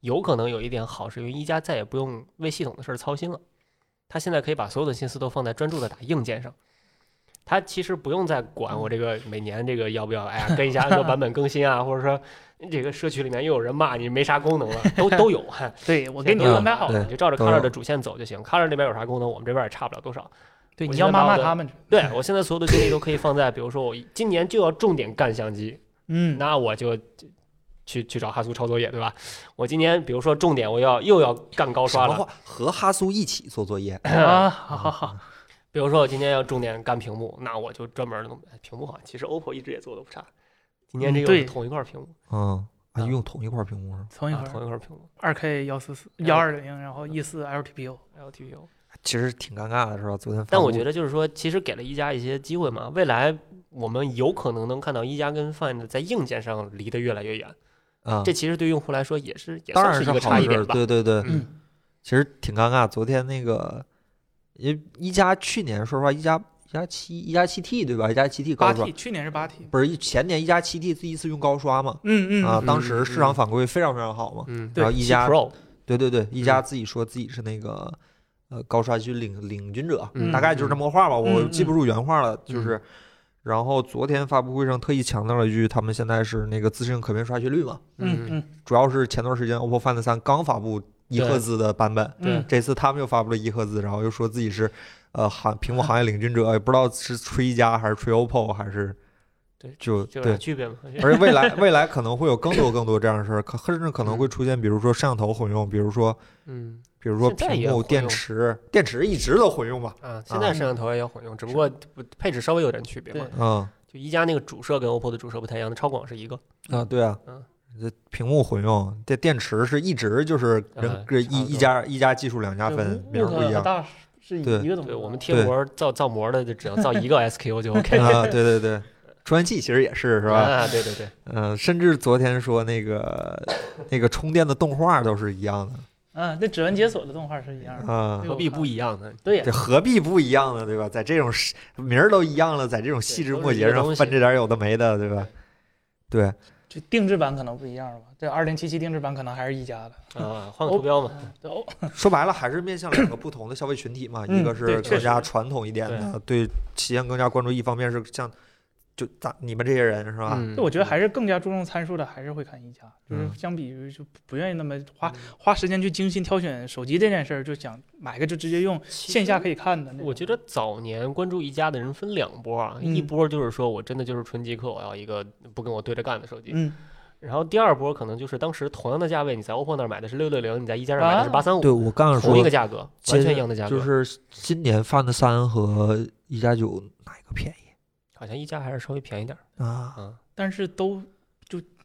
Speaker 3: 有可能有一点好，是因为一加再也不用为系统的事儿操心了，他现在可以把所有的心思都放在专注的打硬件上。他其实不用再管我这个每年这个要不要，哎呀，跟一下按个版本更新啊，或者说这个社区里面又有人骂你没啥功能了，都都有，
Speaker 2: 对我
Speaker 3: 我
Speaker 2: 给你
Speaker 1: 嗯
Speaker 2: 安排好
Speaker 1: 对
Speaker 2: 了
Speaker 3: 你，就照着
Speaker 1: 都
Speaker 3: Color
Speaker 1: 有
Speaker 3: 的主线走就行。Color 那边有啥功能，我们这边也差不了多少。
Speaker 2: 对，
Speaker 3: 我
Speaker 2: 你
Speaker 3: 现
Speaker 2: 要
Speaker 3: 在
Speaker 2: 骂
Speaker 3: 把我
Speaker 2: 骂
Speaker 3: 的
Speaker 2: 他们去，
Speaker 3: 对我现在所有的精力都可以放在，比如说我今年就要重点干相机，
Speaker 2: 嗯， [laughs]
Speaker 3: 那我就去去找哈苏抄作业，对吧？我今年比如说重点我要又要干高刷
Speaker 1: 什么
Speaker 3: 了，
Speaker 1: 话？和哈苏一起做作业，
Speaker 2: 啊，好好好， [laughs]
Speaker 3: 比如说我今年要重点干屏幕，那我就专门弄哎屏幕好像其实 OPPO 一直也做的不差，今年
Speaker 2: 嗯
Speaker 3: 这个
Speaker 2: 对
Speaker 3: 是同一块屏幕，
Speaker 1: 嗯，啊，
Speaker 3: 嗯
Speaker 1: 用同一块屏幕是吗
Speaker 2: 同一
Speaker 3: 啊
Speaker 2: 会
Speaker 3: 同
Speaker 2: 儿
Speaker 3: 一块屏幕
Speaker 2: 二 K 幺四四幺二零，然后 E 四 LTPO，
Speaker 3: LTPO。
Speaker 1: 其实挺尴尬的是吧？昨天发
Speaker 3: 但我
Speaker 1: 布
Speaker 3: 觉得就是说，其实给了一加一些机会嘛，未来我们有可能能看到一加跟 Find 在硬件上离得越来越远，
Speaker 1: 啊，
Speaker 3: 这其实对用户来说也是也
Speaker 1: 当
Speaker 3: 算
Speaker 1: 然
Speaker 3: 一个
Speaker 1: 好
Speaker 3: 差异
Speaker 1: 事儿，
Speaker 3: 点吧。
Speaker 1: 对对对，
Speaker 3: 嗯
Speaker 1: 其实挺尴尬。昨天那个，因为一加去年说实话，一加一加七一加七 T 对吧？一加七 T
Speaker 2: 八
Speaker 1: 高刷
Speaker 2: T，去年是八 T，
Speaker 1: 不是一前年一加七 T 第一次用高刷嘛？
Speaker 2: 嗯
Speaker 1: 啊，
Speaker 2: 嗯，
Speaker 1: 当时市场
Speaker 3: 嗯
Speaker 1: 反馈非常非常好嘛。
Speaker 3: 嗯，
Speaker 1: 然后一加
Speaker 3: Pro，
Speaker 1: 对对对，一加
Speaker 3: 嗯
Speaker 1: 自己说自己是那个呃高刷区领领军者，
Speaker 3: 嗯
Speaker 1: 大概就是这么个话吧，我
Speaker 2: 嗯
Speaker 1: 记不住原话了，就是。然后昨天发布会上特意强调了一句，他们现在是那个自适应可变刷新率嘛，
Speaker 2: 嗯嗯
Speaker 1: 主要是前段时间 OPPO Find 3刚发布一
Speaker 3: 对
Speaker 1: 赫兹的版本，
Speaker 2: 嗯，
Speaker 1: 这次他们又发布了一赫兹，然后又说自己是呃行屏幕行业领军者，也不知道是吹一加还是吹 OPPO 还是
Speaker 3: 对
Speaker 1: 就
Speaker 3: 就有点
Speaker 1: 对。
Speaker 3: 区别嘛。
Speaker 1: 而且未来未来可能会有更多更多这样的事儿，可甚至可能会出现，比如说摄像头混用，比如说
Speaker 3: [laughs] 嗯
Speaker 1: 比如说
Speaker 3: 现在也
Speaker 1: 屏
Speaker 3: 混
Speaker 1: 幕、
Speaker 3: 用
Speaker 1: 电池，电池一直都混用吧。
Speaker 3: 啊，现在摄像头也要混用，只不过不配置稍微有点区别嘛
Speaker 2: 对。
Speaker 1: 嗯
Speaker 3: 就一加那个主摄跟 OPPO 的主摄不太一样，那超广是一个。
Speaker 1: 啊，对啊
Speaker 3: 嗯，
Speaker 1: 这屏幕混用，这电池是一直就是人
Speaker 3: 啊
Speaker 1: 个
Speaker 3: 差不
Speaker 1: 一一
Speaker 3: 多
Speaker 1: 家一家技术两家分，名儿不一样。
Speaker 2: 大是一
Speaker 1: 对
Speaker 2: 个东西
Speaker 3: 对我们
Speaker 2: 啊
Speaker 3: 贴膜造造膜的，就只要造一个 SKU 就
Speaker 1: [laughs]
Speaker 3: OK
Speaker 1: 啊，对对对，传感器其实也是是吧？
Speaker 3: 啊，对对
Speaker 1: [laughs]
Speaker 3: 对，
Speaker 1: 嗯，甚至昨天说那个那个充电的动画都是一样的
Speaker 2: 嗯，那指纹解锁的动画是一样的，
Speaker 1: 啊
Speaker 2: 对，
Speaker 3: 何必不一样 [laughs] 呢？
Speaker 2: 对呀
Speaker 1: 这，何必不一样呢？对吧？在这种时名儿都一样了，在这种细枝末节
Speaker 3: 都是一个
Speaker 1: 上
Speaker 3: 东西
Speaker 1: 分这点儿有的没的，对吧？对，
Speaker 2: 这定制版可能不一样吧？这二零七七定制版可能还是一加的。
Speaker 3: 啊，换个图标嘛。
Speaker 2: 对哦，
Speaker 1: 说白了还是面向两个不同的消费群体嘛，
Speaker 2: 嗯
Speaker 1: 一个
Speaker 2: 对
Speaker 1: 是
Speaker 2: 确
Speaker 1: 更
Speaker 2: 实
Speaker 1: 加传统一点的，对体验更加关注，一方面是像就咱你们这些人是吧？
Speaker 3: 嗯
Speaker 2: 就我觉得还是更加注重参数的，还是会看一加，就是
Speaker 1: 嗯
Speaker 2: 相比于就不不愿意那
Speaker 3: 嗯
Speaker 2: 么花花时间去精心挑选手机这件事儿，就想买个就直接用，线下可以看的那种。
Speaker 3: 我觉得早年关注一加的人分两波啊，
Speaker 2: 嗯
Speaker 3: 一波就是说我真的就是纯极客，我要一个不跟我对着干的手机。
Speaker 2: 嗯，
Speaker 3: 然后第二波可能就是当时同样的价位，你在 OPPO 那儿买的是六六零，你在一加那儿买的是
Speaker 2: 啊
Speaker 3: 八三五，
Speaker 1: 对我刚
Speaker 3: 同一个价格，
Speaker 1: 接
Speaker 3: 完全
Speaker 1: 着
Speaker 3: 一样的价格，
Speaker 1: 就是今年 Find 三和一加九哪个便宜
Speaker 3: 好像一加还是稍微便宜点儿
Speaker 1: 啊？
Speaker 3: 啊，
Speaker 2: 但是都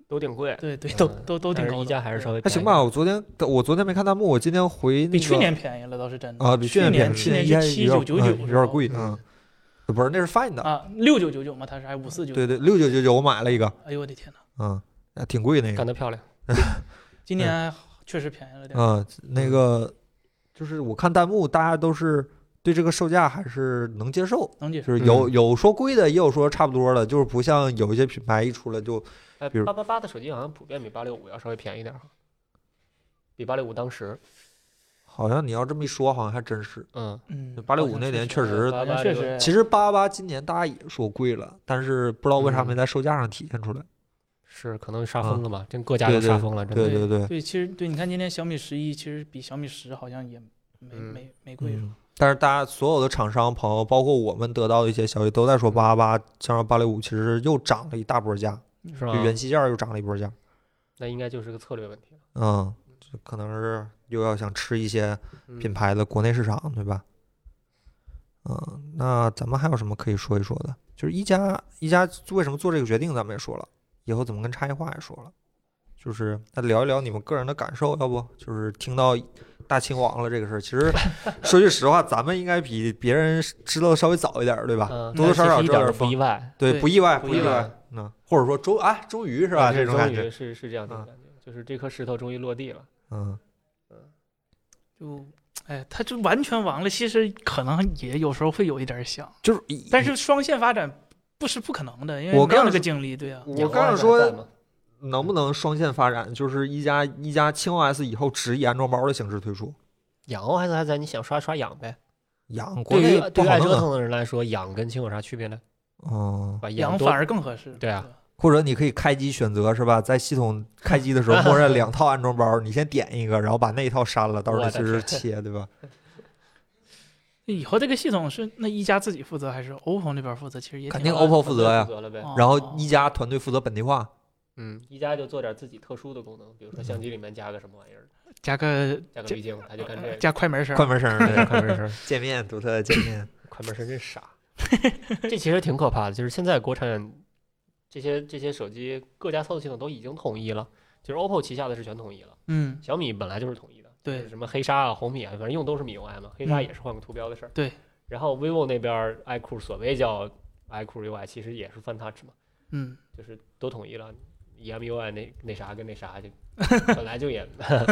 Speaker 3: 都挺贵，
Speaker 2: 对对
Speaker 3: 嗯
Speaker 2: 都都都挺
Speaker 3: 但
Speaker 2: 高
Speaker 3: 是
Speaker 2: 的，
Speaker 3: 一加还是
Speaker 2: 对
Speaker 3: 稍微
Speaker 1: 还
Speaker 3: 便宜
Speaker 1: 行
Speaker 3: 点
Speaker 1: 吧，
Speaker 3: 儿。
Speaker 1: 我昨天我昨天没看弹幕，我今天回那个
Speaker 2: 比去年便宜了，倒是真的
Speaker 1: 啊，比去年便宜，
Speaker 2: 去
Speaker 1: 去
Speaker 2: 年
Speaker 1: 一加
Speaker 2: 是
Speaker 1: 有
Speaker 2: 7999
Speaker 1: 点嗯有点
Speaker 2: 是吧
Speaker 1: 贵嗯，不是那是 Find 的，
Speaker 2: 啊，六九九九嘛，它是还五四九。
Speaker 1: 对对，六九九九我买了一个，
Speaker 2: 哎呦我的天哪，
Speaker 1: 嗯，啊挺贵那个
Speaker 3: 干，得漂亮，
Speaker 2: 今年确实便宜了点儿。
Speaker 1: 嗯，那个就是我看弹幕，大家都是对这个售价还是能接受，
Speaker 2: 能解
Speaker 1: 就
Speaker 2: 释
Speaker 1: 是有有说贵的，也有说差不多的，就是不像有一些品牌一出来就
Speaker 3: 哎，
Speaker 1: 比如
Speaker 3: 八八八的手机好像普遍比八六五要稍微便宜点儿哈，比八六五当时，
Speaker 1: 好像你要这么一说，好像还真是
Speaker 3: 嗯，
Speaker 2: 嗯，
Speaker 1: 八六五那年确实。
Speaker 2: 好
Speaker 3: 八
Speaker 2: 像
Speaker 3: 八
Speaker 2: 确实，
Speaker 1: 其实八八今年大家也说贵了，但是不知道为啥没
Speaker 2: 嗯
Speaker 1: 在售价上体现出来。
Speaker 3: 是可能杀疯了吧，真各家
Speaker 1: 啊对
Speaker 3: 都
Speaker 1: 对
Speaker 3: 杀疯了，真
Speaker 1: 对对
Speaker 3: 的。
Speaker 1: 对，
Speaker 2: 对，其实对，你看今天小米十一其实比小米十好像也没
Speaker 3: 嗯
Speaker 2: 没没贵是吧？
Speaker 1: 嗯但是大家所有的厂商朋友，包括我们得到的一些消息，都在说八八八加上八六五其实又涨了一大波价，
Speaker 3: 是
Speaker 1: 就
Speaker 2: 嗯
Speaker 3: 吧？
Speaker 1: 元器件又涨了一波价。
Speaker 3: 那应该就是个策略问题了。
Speaker 1: 嗯，这可能是又要想吃一些
Speaker 3: 嗯
Speaker 1: 品牌的国内市场，对吧？嗯，那咱们还有什么可以说一说的？就是一加一加为什么做这个决定，咱们也说了，以后怎么跟差异化也说了，就是那聊一聊你们个人的感受，要不就是听到大清王了这个事儿。其
Speaker 2: [laughs]
Speaker 1: 实说句实话，咱们应该比别人知道的稍微早一点儿，对吧？
Speaker 3: 嗯，
Speaker 1: 多多少
Speaker 3: 但其实
Speaker 1: 少
Speaker 3: 一
Speaker 1: 知道
Speaker 3: 点
Speaker 1: 点
Speaker 3: 都不
Speaker 1: 风
Speaker 3: 意外，
Speaker 1: 对，
Speaker 2: 对
Speaker 1: 不意外，
Speaker 2: 不
Speaker 1: 不
Speaker 2: 意
Speaker 1: 意
Speaker 2: 外
Speaker 1: 外。嗯，或者说终啊，终于是吧？这种
Speaker 3: 终
Speaker 1: 感觉
Speaker 3: 于，是是这样的
Speaker 1: 嗯
Speaker 3: 感觉，就是这颗石头终于落地了。
Speaker 1: 嗯，
Speaker 2: 就哎，他就完全完了。其实可能也有时候会有一点想，
Speaker 1: 就是
Speaker 2: 但是双线发展不是不可能的，因
Speaker 1: 我
Speaker 2: 为没
Speaker 1: 刚
Speaker 2: 有那
Speaker 1: 是
Speaker 2: 个精力，对啊，
Speaker 1: 我
Speaker 3: 眼
Speaker 1: 刚
Speaker 3: 光还
Speaker 1: 想
Speaker 3: 是很
Speaker 1: 说
Speaker 3: 淡嘛
Speaker 1: 能不能双线发展，就是一加一加轻 OS 以后只以安装包的形式推出。
Speaker 3: 养 OS 还在，你想刷刷养呗。
Speaker 1: 养国
Speaker 3: 对
Speaker 1: 内
Speaker 3: 于
Speaker 1: 不
Speaker 3: 对于
Speaker 1: 好
Speaker 3: 爱折
Speaker 1: 弄啊，
Speaker 3: 腾的人来说，养跟亲有啥区别呢？
Speaker 1: 嗯，
Speaker 3: 把
Speaker 2: 养
Speaker 3: 多
Speaker 2: 反而更合适。
Speaker 3: 对啊
Speaker 2: 吧，
Speaker 1: 或者你可以开机选择是吧？在系统开机的时候，默认两套安装包，你先点一个，然后把那一套删了，到时候
Speaker 3: 我的
Speaker 1: 其实切对吧？
Speaker 2: 以后这个系统是那一加自己负责还是 OPPO 那边负责？其实也挺
Speaker 1: 肯定
Speaker 2: 好
Speaker 1: OPPO 负责呀
Speaker 3: 负责了呗。
Speaker 2: 哦
Speaker 1: 然后一加团队负责本地化，
Speaker 3: 嗯，一加就做点自己特殊的功能，比如说相机里面加个什么玩意儿，
Speaker 2: 加个
Speaker 3: 加个滤镜，他就干这个。
Speaker 2: 加快门声，
Speaker 1: 快门声儿，对，
Speaker 3: [laughs]
Speaker 1: 快门声儿，
Speaker 3: 声，
Speaker 1: 界面独特的界
Speaker 3: [laughs]
Speaker 1: 面，
Speaker 3: 快门声真傻。这其实挺可怕的，就是现在国产这些这些手机各家操作系统都已经统一了，就是 OPPO 旗下的是全统一了，
Speaker 2: 嗯，
Speaker 3: 小米本来就是统一的，
Speaker 2: 对
Speaker 3: 就是什么黑鲨啊、红米啊，反正用都是米 UI 嘛，黑鲨
Speaker 2: 嗯
Speaker 3: 也是换个图标的事儿。
Speaker 2: 对，
Speaker 3: 然后 vivo 那边儿 iQOO 所谓叫 iQOO UI，其实也是 Fun Touch 嘛，
Speaker 2: 嗯，
Speaker 3: 就是都统一了。EMUI 那那啥跟那啥就本来就也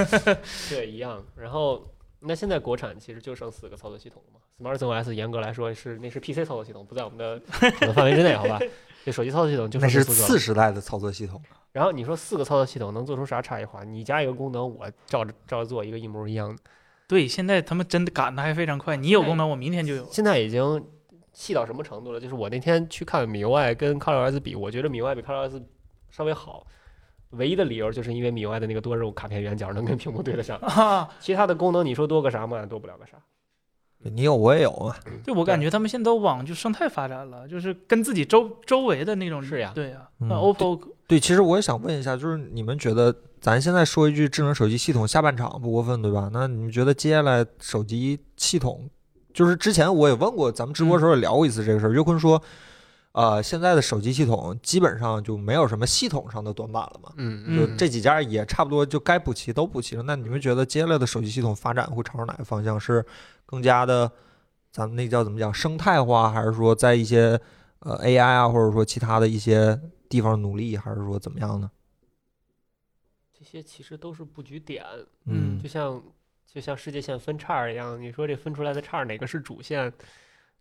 Speaker 3: [laughs] 对一样，然后那现在国产其实就剩四个操作系统了嘛，SmartOS 严格来说是那是 PC 操作系统，不在我们的讨论范围之内，好吧？这手机操作系统就
Speaker 1: 那
Speaker 3: 剩
Speaker 1: 是
Speaker 3: 这四个
Speaker 1: 次
Speaker 3: 了。
Speaker 1: 时代的操作系统。
Speaker 3: 然后你说四个操作系统能做出啥差异化？你加一个功能，我照着照着做一个一模一样的。
Speaker 2: 对，现在他们真的赶的还非常快，你有功能，我明天就有。
Speaker 3: 现在已经细到什么程度了？就是我那天去看米 UI 跟 ColorOS 比，我觉得米 UI 比 ColorOS 稍微好。唯一的理由就是因为米 UI 的那个多任务卡片圆角能跟屏幕对
Speaker 2: [laughs]
Speaker 3: 得上，
Speaker 2: 啊，
Speaker 3: 其他的功能你说多个啥嘛，多不了个啥。
Speaker 1: 你有我也有嘛，
Speaker 2: 对，我感觉他们现在都往就生态发展了，就是跟自己周周围的那种
Speaker 3: 是呀
Speaker 2: 对呀。
Speaker 1: 嗯
Speaker 2: 那 OPPO
Speaker 1: 对，其实我也想问一下，就是你们觉得咱现在说一句智能手机系统下半场不过分，对吧？那你们觉得接下来手机系统，就是之前我也问过，咱们直播时候也聊过一次这个事儿。岳坤说，呃，现在的手机系统基本上就没有什么系统上的短板了嘛，
Speaker 3: 嗯
Speaker 2: 嗯
Speaker 1: 就这几家也差不多就该补齐都补齐了。那你们觉得接下来的手机系统发展会朝着哪个方向？是更加的，咱们那叫怎么讲生态化，还是说在一些呃 AI 啊，或者说其他的一些地方努力，还是说怎么样呢？
Speaker 3: 这些其实都是布局点，
Speaker 2: 嗯
Speaker 3: 就像就像世界线分叉儿一样，你说这分出来的叉儿哪个是主线，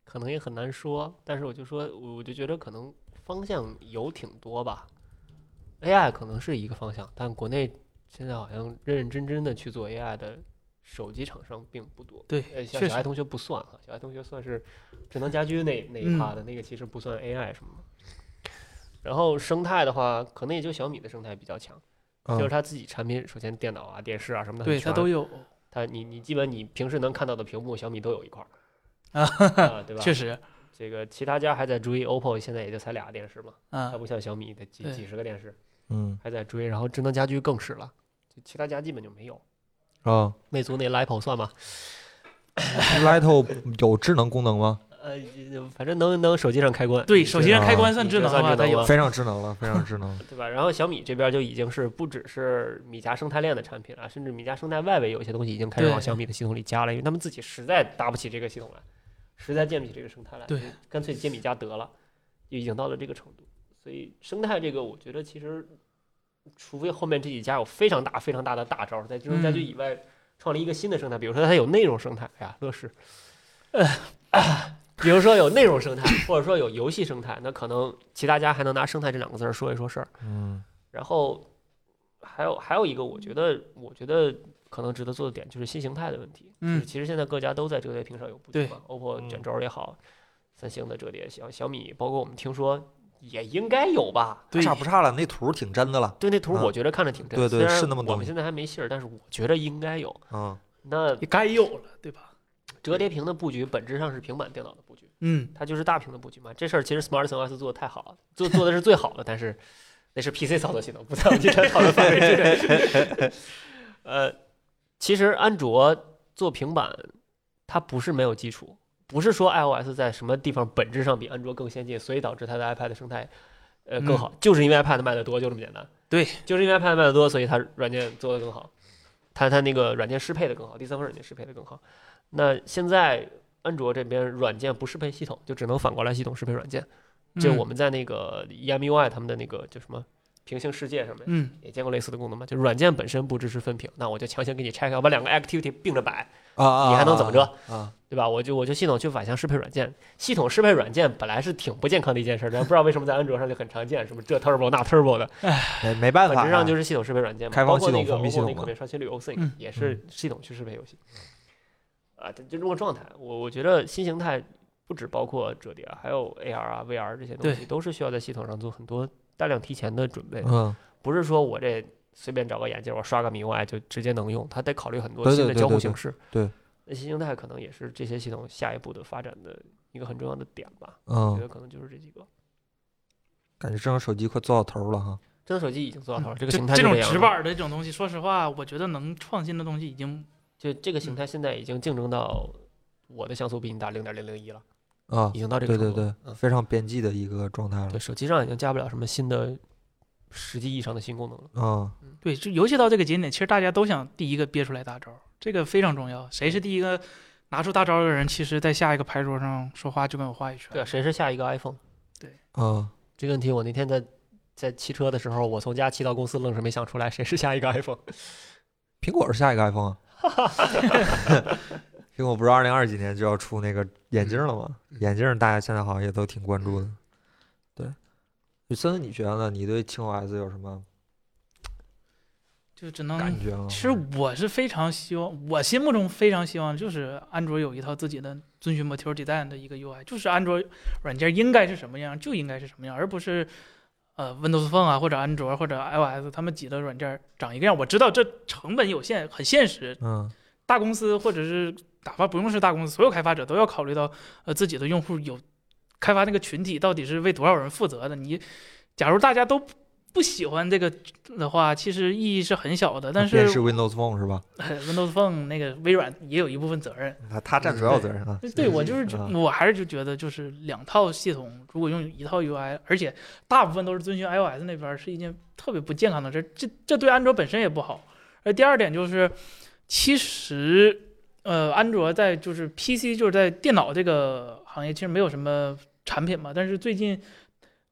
Speaker 3: 可能也很难说。但是我就说，我我就觉得可能方向有挺多吧。AI 可能是一个方向，但国内现在好像认认真真的去做 AI 的手机厂商并不多。
Speaker 2: 对
Speaker 3: 呃，像
Speaker 2: 确
Speaker 3: 小
Speaker 2: 实
Speaker 3: 爱同学不算哈，小爱同学算是智能家居那那一趴的、
Speaker 2: 嗯
Speaker 3: 那个，其实不算 AI 什么的。然后生态的话，可能也就小米的生态比较强，
Speaker 1: 嗯
Speaker 3: 就是它自己产品，首先电脑啊、电视啊什么的很
Speaker 2: 对
Speaker 3: 全，
Speaker 2: 它都有，
Speaker 3: 它你你基本你平时能看到的屏幕，小米都有一块儿
Speaker 2: 啊
Speaker 3: 啊，对
Speaker 2: [laughs]
Speaker 3: 吧？
Speaker 2: 确，实，
Speaker 3: 这个其他家还在追，OPPO 现在也就才俩电视嘛，
Speaker 2: 啊
Speaker 3: 它，不像小米的几
Speaker 2: 对
Speaker 3: 几十个电视
Speaker 1: 嗯
Speaker 3: 还在追，然后智能家居更是了，就其他家基本就没有。
Speaker 1: 啊
Speaker 3: 魅族那 Lipo 算吗？
Speaker 1: ，Lighto
Speaker 3: [laughs]
Speaker 1: 有智能功能吗？
Speaker 3: 呃，反正能能手机上开关，
Speaker 2: 对，手机上开关算
Speaker 3: 你
Speaker 2: 智
Speaker 3: 这
Speaker 2: 能的
Speaker 3: 算
Speaker 2: 话，
Speaker 3: 智
Speaker 2: 它
Speaker 3: 能
Speaker 2: 有
Speaker 3: 吗
Speaker 1: 非常智能了，非常智
Speaker 2: 嗯
Speaker 1: 能。
Speaker 3: 对吧？然后小米这边就已经是不只是米家生态链的产品了，甚至米家生态外围有一些东西已经开始
Speaker 2: 对
Speaker 3: 往小米的系统里加了，因为他们自己实在搭不起这个系统来，实在建不起这个生态来，
Speaker 2: 对，
Speaker 3: 干脆接米家得了，就已经到了这个程度。所以生态这个，我觉得其实，除非后面这几家有非常大、非常大的大招，在智能家居
Speaker 2: 嗯
Speaker 3: 以外创立一个新的生态，比如说它有内容生态，哎呀，
Speaker 2: [laughs]
Speaker 3: 乐视，比如说有内容生态，或者说有游戏生态，那可能其他家还能拿生态这两个字儿说一说事儿。 [laughs]
Speaker 1: 嗯
Speaker 3: 然后还有还有一个，我觉得我觉得可能值得做的点就是新形态的问题。
Speaker 2: 嗯
Speaker 3: 就是其实现在各家都在折叠屏上有布局
Speaker 2: 对
Speaker 3: 嘛，OPPO
Speaker 1: 嗯
Speaker 3: 卷轴也好，三星的折叠，小小米，包括我们听说也应该有吧。
Speaker 2: 对
Speaker 1: 差不差了，那图挺真的了。
Speaker 3: 对，那图
Speaker 1: 啊
Speaker 3: 我觉得看着挺真，
Speaker 1: 对对
Speaker 3: 虽然
Speaker 1: 是那么
Speaker 3: 我
Speaker 1: 东
Speaker 3: 们
Speaker 1: 西
Speaker 3: 现在还没信儿，但是我觉得应该有。
Speaker 1: 嗯
Speaker 3: 那
Speaker 2: 也该有了，对吧？
Speaker 3: 折叠屏的布局本质上是平板电脑的布局，
Speaker 2: 嗯，
Speaker 3: 它就是大屏的布局嘛。这事儿其实 SmartOS 做的太好了，做做的是最好的，但是那是 PC 操作系统，不在我们这场讨论范围之内。呃，其实安卓做平板，它不是没有基础，不是说 iOS 在什么地方本质上比安卓更先进，所以导致它的 iPad 生态呃更好，就是因为 iPad 卖的多，就这么简单。
Speaker 2: 对，
Speaker 3: 就是因为 iPad 卖的多，所以它软件做的更好。它它那个软件适配的更好，第三方软件适配的更好。那现在安卓这边软件不适配系统，就只能反过来系统适配软件。这
Speaker 2: 嗯
Speaker 3: 我们在那个 EMUI 他们的那个叫什么平行世界上面
Speaker 2: 嗯
Speaker 3: 也见过类似的功能嘛，就软件本身不支持分屏，那我就强行给你拆开，我把两个 activity 并着摆，
Speaker 1: 啊啊，
Speaker 3: 你还能怎么着
Speaker 1: 啊？
Speaker 3: [laughs] 对吧？我就我就系统去反向适配软件，系统适配软件本来是挺不健康的一件事儿，但不知道为什么在安卓上就很常见，什么这 turbo 那 turbo 的，
Speaker 1: 没没办法啊，
Speaker 3: 本质上就是系统适配软件嘛，
Speaker 1: 开放
Speaker 3: 包括
Speaker 1: 系统
Speaker 3: 那个
Speaker 1: 封闭系统
Speaker 3: OpenID
Speaker 1: 嘛
Speaker 3: 可变刷新率 OSync、
Speaker 2: 嗯
Speaker 3: 也是系统去适配游戏。啊，就这么个状态，我我觉得新形态不只包括折叠啊，还有 AR 啊、VR 这些东西，
Speaker 2: 对
Speaker 3: 都是需要在系统上做很多大量提前的准备的。
Speaker 1: 嗯，
Speaker 3: 不是说我这随便找个眼镜，我刷个 MIUI 就直接能用，它得考虑很多
Speaker 1: 对对
Speaker 3: 新的
Speaker 1: 对
Speaker 3: 交
Speaker 1: 对
Speaker 3: 互
Speaker 1: 对
Speaker 3: 形式。
Speaker 1: 对
Speaker 3: 那新形态可能也是这些系统下一步的发展的一个很重要的点吧。我觉
Speaker 1: 嗯，
Speaker 3: 得可能就是这几个。
Speaker 1: 感觉这种手机快做到头了哈。
Speaker 3: 智能手机已经做到头了，这个
Speaker 2: 这
Speaker 3: 形态
Speaker 2: 嗯这
Speaker 3: 就
Speaker 2: 种
Speaker 3: 样
Speaker 2: 直
Speaker 3: 了
Speaker 2: 板儿的这种东西，说实话，我觉得能创新的东西已经
Speaker 3: 就这个
Speaker 1: 嗯
Speaker 3: 形态现在已经竞争到我的像素比你大零点零零一了，
Speaker 1: 啊
Speaker 3: 已，经到这个
Speaker 1: 对
Speaker 3: 程
Speaker 1: 对
Speaker 3: 度了。
Speaker 1: 对，非常边际的一个状态
Speaker 3: 嗯，
Speaker 1: 了
Speaker 3: 对，。手机上已经加不了什么新的实际意义上的新功能了。
Speaker 1: 嗯，
Speaker 2: 对，就尤其到这个节点，其实大家都想第一个憋出来大招儿，这个非常重要。谁
Speaker 3: 嗯
Speaker 2: 是第一个拿出大招儿的人，其实在下一个牌桌上说话就跟我话一
Speaker 3: 对
Speaker 2: 拳
Speaker 3: 啊，。谁是下一个 iPhone？
Speaker 1: 啊，
Speaker 3: 这个问题我那天在在骑车的时候，我从家骑到公司，愣是没想出来谁是下一个 iPhone。
Speaker 1: 苹果是下一个 iPhone 啊。苹果不是二零二几年就要出那个眼镜了吗？眼镜大家现在好像也都挺关注的。对，就森森，你觉得呢？你对轻 OS 有什么
Speaker 2: 就只能
Speaker 1: 感觉吗？
Speaker 2: 其实我是非常希望，我心目中非常希望就是安卓有一套自己的遵循 Material Design 的一个 UI，就是安卓软件应该是什么样就应该是什么样，而不是呃 Windows Phone 啊或者安卓或者 iOS 他们几的软件长一个样。我知道这成本有限，很现实，
Speaker 1: 嗯，
Speaker 2: 大公司或者是哪怕不用是大公司，所有开发者都要考虑到呃自己的用户有开发那个群体到底是为多少人负责的。你假如大家都不喜欢这个的话，其实意义是很小的，但
Speaker 1: 它便
Speaker 2: 是
Speaker 1: 是 Windows Phone 是吧？
Speaker 2: 哎 [laughs] Windows Phone 那个微软也有一部分责任。
Speaker 1: 他他占主要责任啊。
Speaker 2: 对我就是嗯觉，
Speaker 1: 啊
Speaker 2: 我还是就觉得就是两套系统，如果用一套 UI，而且大部分都是遵循 iOS 那边儿，是一件特别不健康的事儿。这这对安卓本身也不好。而第二点就是，其实呃，安卓在就是 PC 就是在电脑这个行业其实没有什么产品嘛，但是最近。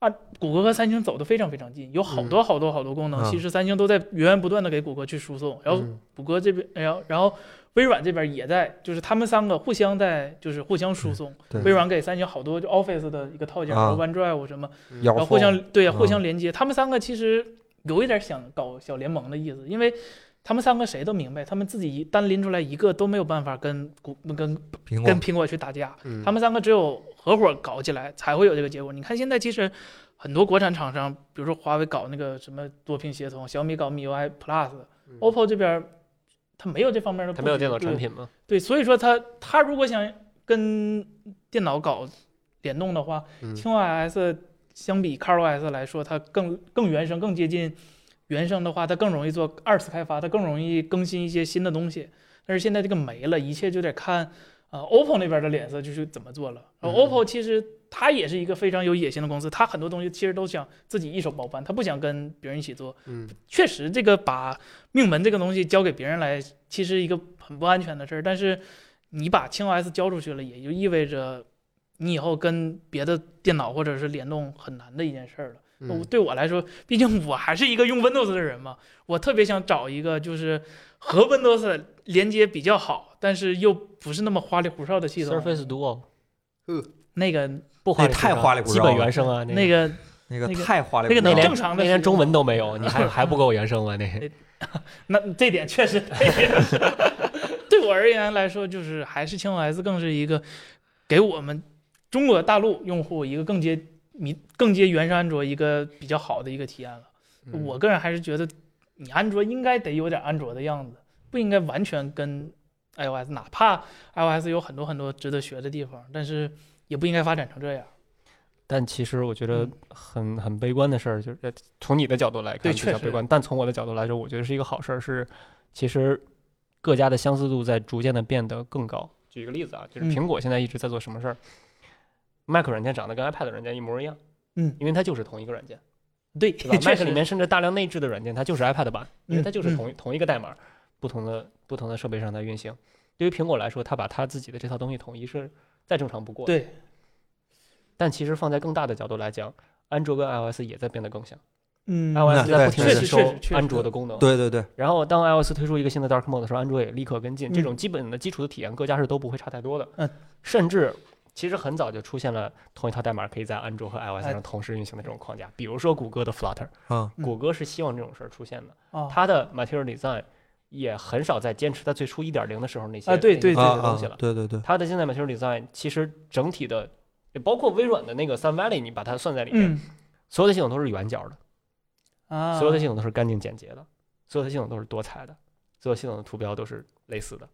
Speaker 2: 啊，谷歌和三星走得非常非常近，有好多好多好多功能，
Speaker 1: 嗯
Speaker 2: 其实三星都在源源不断的给谷歌去输送，然后
Speaker 3: 嗯
Speaker 2: 谷歌这边，然后然后微软这边也在，就是他们三个互相在就是互相输送。
Speaker 1: 嗯对
Speaker 2: 微软给三星好多就 Office 的一个套件，
Speaker 1: 啊
Speaker 2: 然后 OneDrive 什么，
Speaker 1: 摇
Speaker 2: 然后互相
Speaker 1: Phone
Speaker 2: 对
Speaker 1: 嗯
Speaker 2: 互相连接。他们三个其实有一点想搞小联盟的意思，因为他们三个谁都明白，他们自己单拎出来一个都没有办法跟谷跟
Speaker 1: 苹果
Speaker 2: 跟苹果去打架。
Speaker 3: 嗯
Speaker 2: 他们三个只有合伙搞起来才会有这个结果。你看现在其实很多国产厂商，比如说华为搞那个什么多屏协同，小米搞 MIUI Plus，OPPO 这边儿它没有这方面的布局，
Speaker 3: 嗯它没有电脑产
Speaker 2: 对
Speaker 3: 品吗？
Speaker 2: 对，所以说它它如果想跟电脑搞联动的话，
Speaker 3: 嗯
Speaker 2: 轻 OS 相比 ColorOS 来说，它更更原生，更接近原生的话，它更容易做二次开发，它更容易更新一些新的东西。但是现在这个没了，一切就得看呃 OPPO 那边的脸色就是怎么做了。然后
Speaker 3: 嗯
Speaker 2: OPPO 其实它也是一个非常有野心的公司，它很多东西其实都想自己一手包办，它不想跟别人一起做。
Speaker 3: 嗯
Speaker 2: 确实，这个把命门这个东西交给别人来，其实一个很不安全的事儿。但是你把轻 OS 交出去了，也就意味着你以后跟别的电脑或者是联动很难的一件事儿了。
Speaker 1: 嗯
Speaker 3: 嗯
Speaker 2: 那我对我来说，毕竟我还是一个用 Windows 的人嘛，我特别想找一个就是和 Windows 连接比较好，但是又不是那么花里胡哨的系统。
Speaker 3: Surface Duo
Speaker 2: 那个
Speaker 3: 不花里
Speaker 1: 那
Speaker 3: 胡
Speaker 1: 太
Speaker 3: 哨
Speaker 1: 花里胡
Speaker 3: 基
Speaker 1: 哨
Speaker 3: 本
Speaker 1: 了
Speaker 3: 原声啊，
Speaker 2: 那
Speaker 3: 个
Speaker 2: 个
Speaker 1: 那个
Speaker 2: 那个
Speaker 1: 太花里
Speaker 2: 那
Speaker 1: 胡哨了
Speaker 2: 个能正常的
Speaker 3: 那连
Speaker 2: 使
Speaker 3: 中
Speaker 2: 用
Speaker 3: 文都没有，
Speaker 2: [laughs]
Speaker 3: 你还还不够原声吗？那个
Speaker 2: 那这点确实 [laughs] 对我而言来说，就是还是轻 OS 更是一个给我们中国大陆用户一个更接民、更接原生安卓一个比较好的一个体验了。
Speaker 3: 嗯
Speaker 1: 嗯
Speaker 2: 我个人还是觉得，你安卓应该得有点安卓的样子，不应该完全跟 iOS，哪怕 iOS 有很多很多值得学的地方，但是也不应该发展成这样。
Speaker 3: 但其实我觉得
Speaker 2: 嗯
Speaker 3: 很很悲观的事儿，就是呃从你的角度来看
Speaker 2: 对
Speaker 3: 比
Speaker 2: 确
Speaker 3: 较
Speaker 2: 实
Speaker 3: 悲观，但从我的角度来说，我觉得是一个好事儿。是，其实各家的相似度在逐渐的变得更高。举一个例子啊，就是
Speaker 2: 嗯
Speaker 3: 苹果现在一直在做什么事儿、m a c 软件长得跟 iPad 软件一模一样，
Speaker 2: 嗯，
Speaker 3: 因为它就是同一个软件，
Speaker 2: 对，
Speaker 3: 对吧
Speaker 2: 确 [laughs]
Speaker 3: ？Mac
Speaker 2: 实嗯
Speaker 3: 里面甚至大量内置的软件，它就是 iPad 版，因为它就是同、同一个代码。不同的不同的设备上来运行。对于苹果来说，它把它自己的这套东西统一是再正常不过。
Speaker 2: 对，
Speaker 3: 但其实放在更大的角度来讲，安卓跟 iOS 也在变得更像。
Speaker 2: 嗯
Speaker 3: iOS 在
Speaker 1: 对
Speaker 3: 不停的
Speaker 1: 确
Speaker 3: 吸
Speaker 1: 实
Speaker 3: 收
Speaker 2: 确实确实
Speaker 3: 安卓的功能。
Speaker 1: 对对对，
Speaker 3: 然后当 iOS 推出一个新的 Dark Mode 的时候，安卓也立刻跟进，这
Speaker 2: 嗯
Speaker 3: 种基本的基础的体验各家是都不会差太多的。
Speaker 2: 嗯，
Speaker 3: 甚至其实很早就出现了同一套代码可以在安卓和 iOS
Speaker 2: 哎
Speaker 3: 上同时运行的这种框架，比如说谷歌的 Flutter，
Speaker 1: 嗯
Speaker 2: 嗯
Speaker 3: 谷歌是希望这种事儿出现的。
Speaker 2: 啊，
Speaker 3: 它的 Material Design 也很少在坚持它最初1.0的时候那些
Speaker 2: 啊对
Speaker 3: 那
Speaker 2: 对
Speaker 3: 些
Speaker 1: 啊
Speaker 3: 那些
Speaker 1: 啊
Speaker 3: 东西了，。
Speaker 1: 对对对，
Speaker 3: 它的现在 Material Design 其实整体的，包括微软的那个 Sun Valley，你把它算在里面，
Speaker 2: 嗯
Speaker 3: 所有的系统都是圆角的。
Speaker 2: 啊，
Speaker 3: 所有的系统都是干净简洁的，所有的系统都是多彩的，所有系统的图标都是类似的。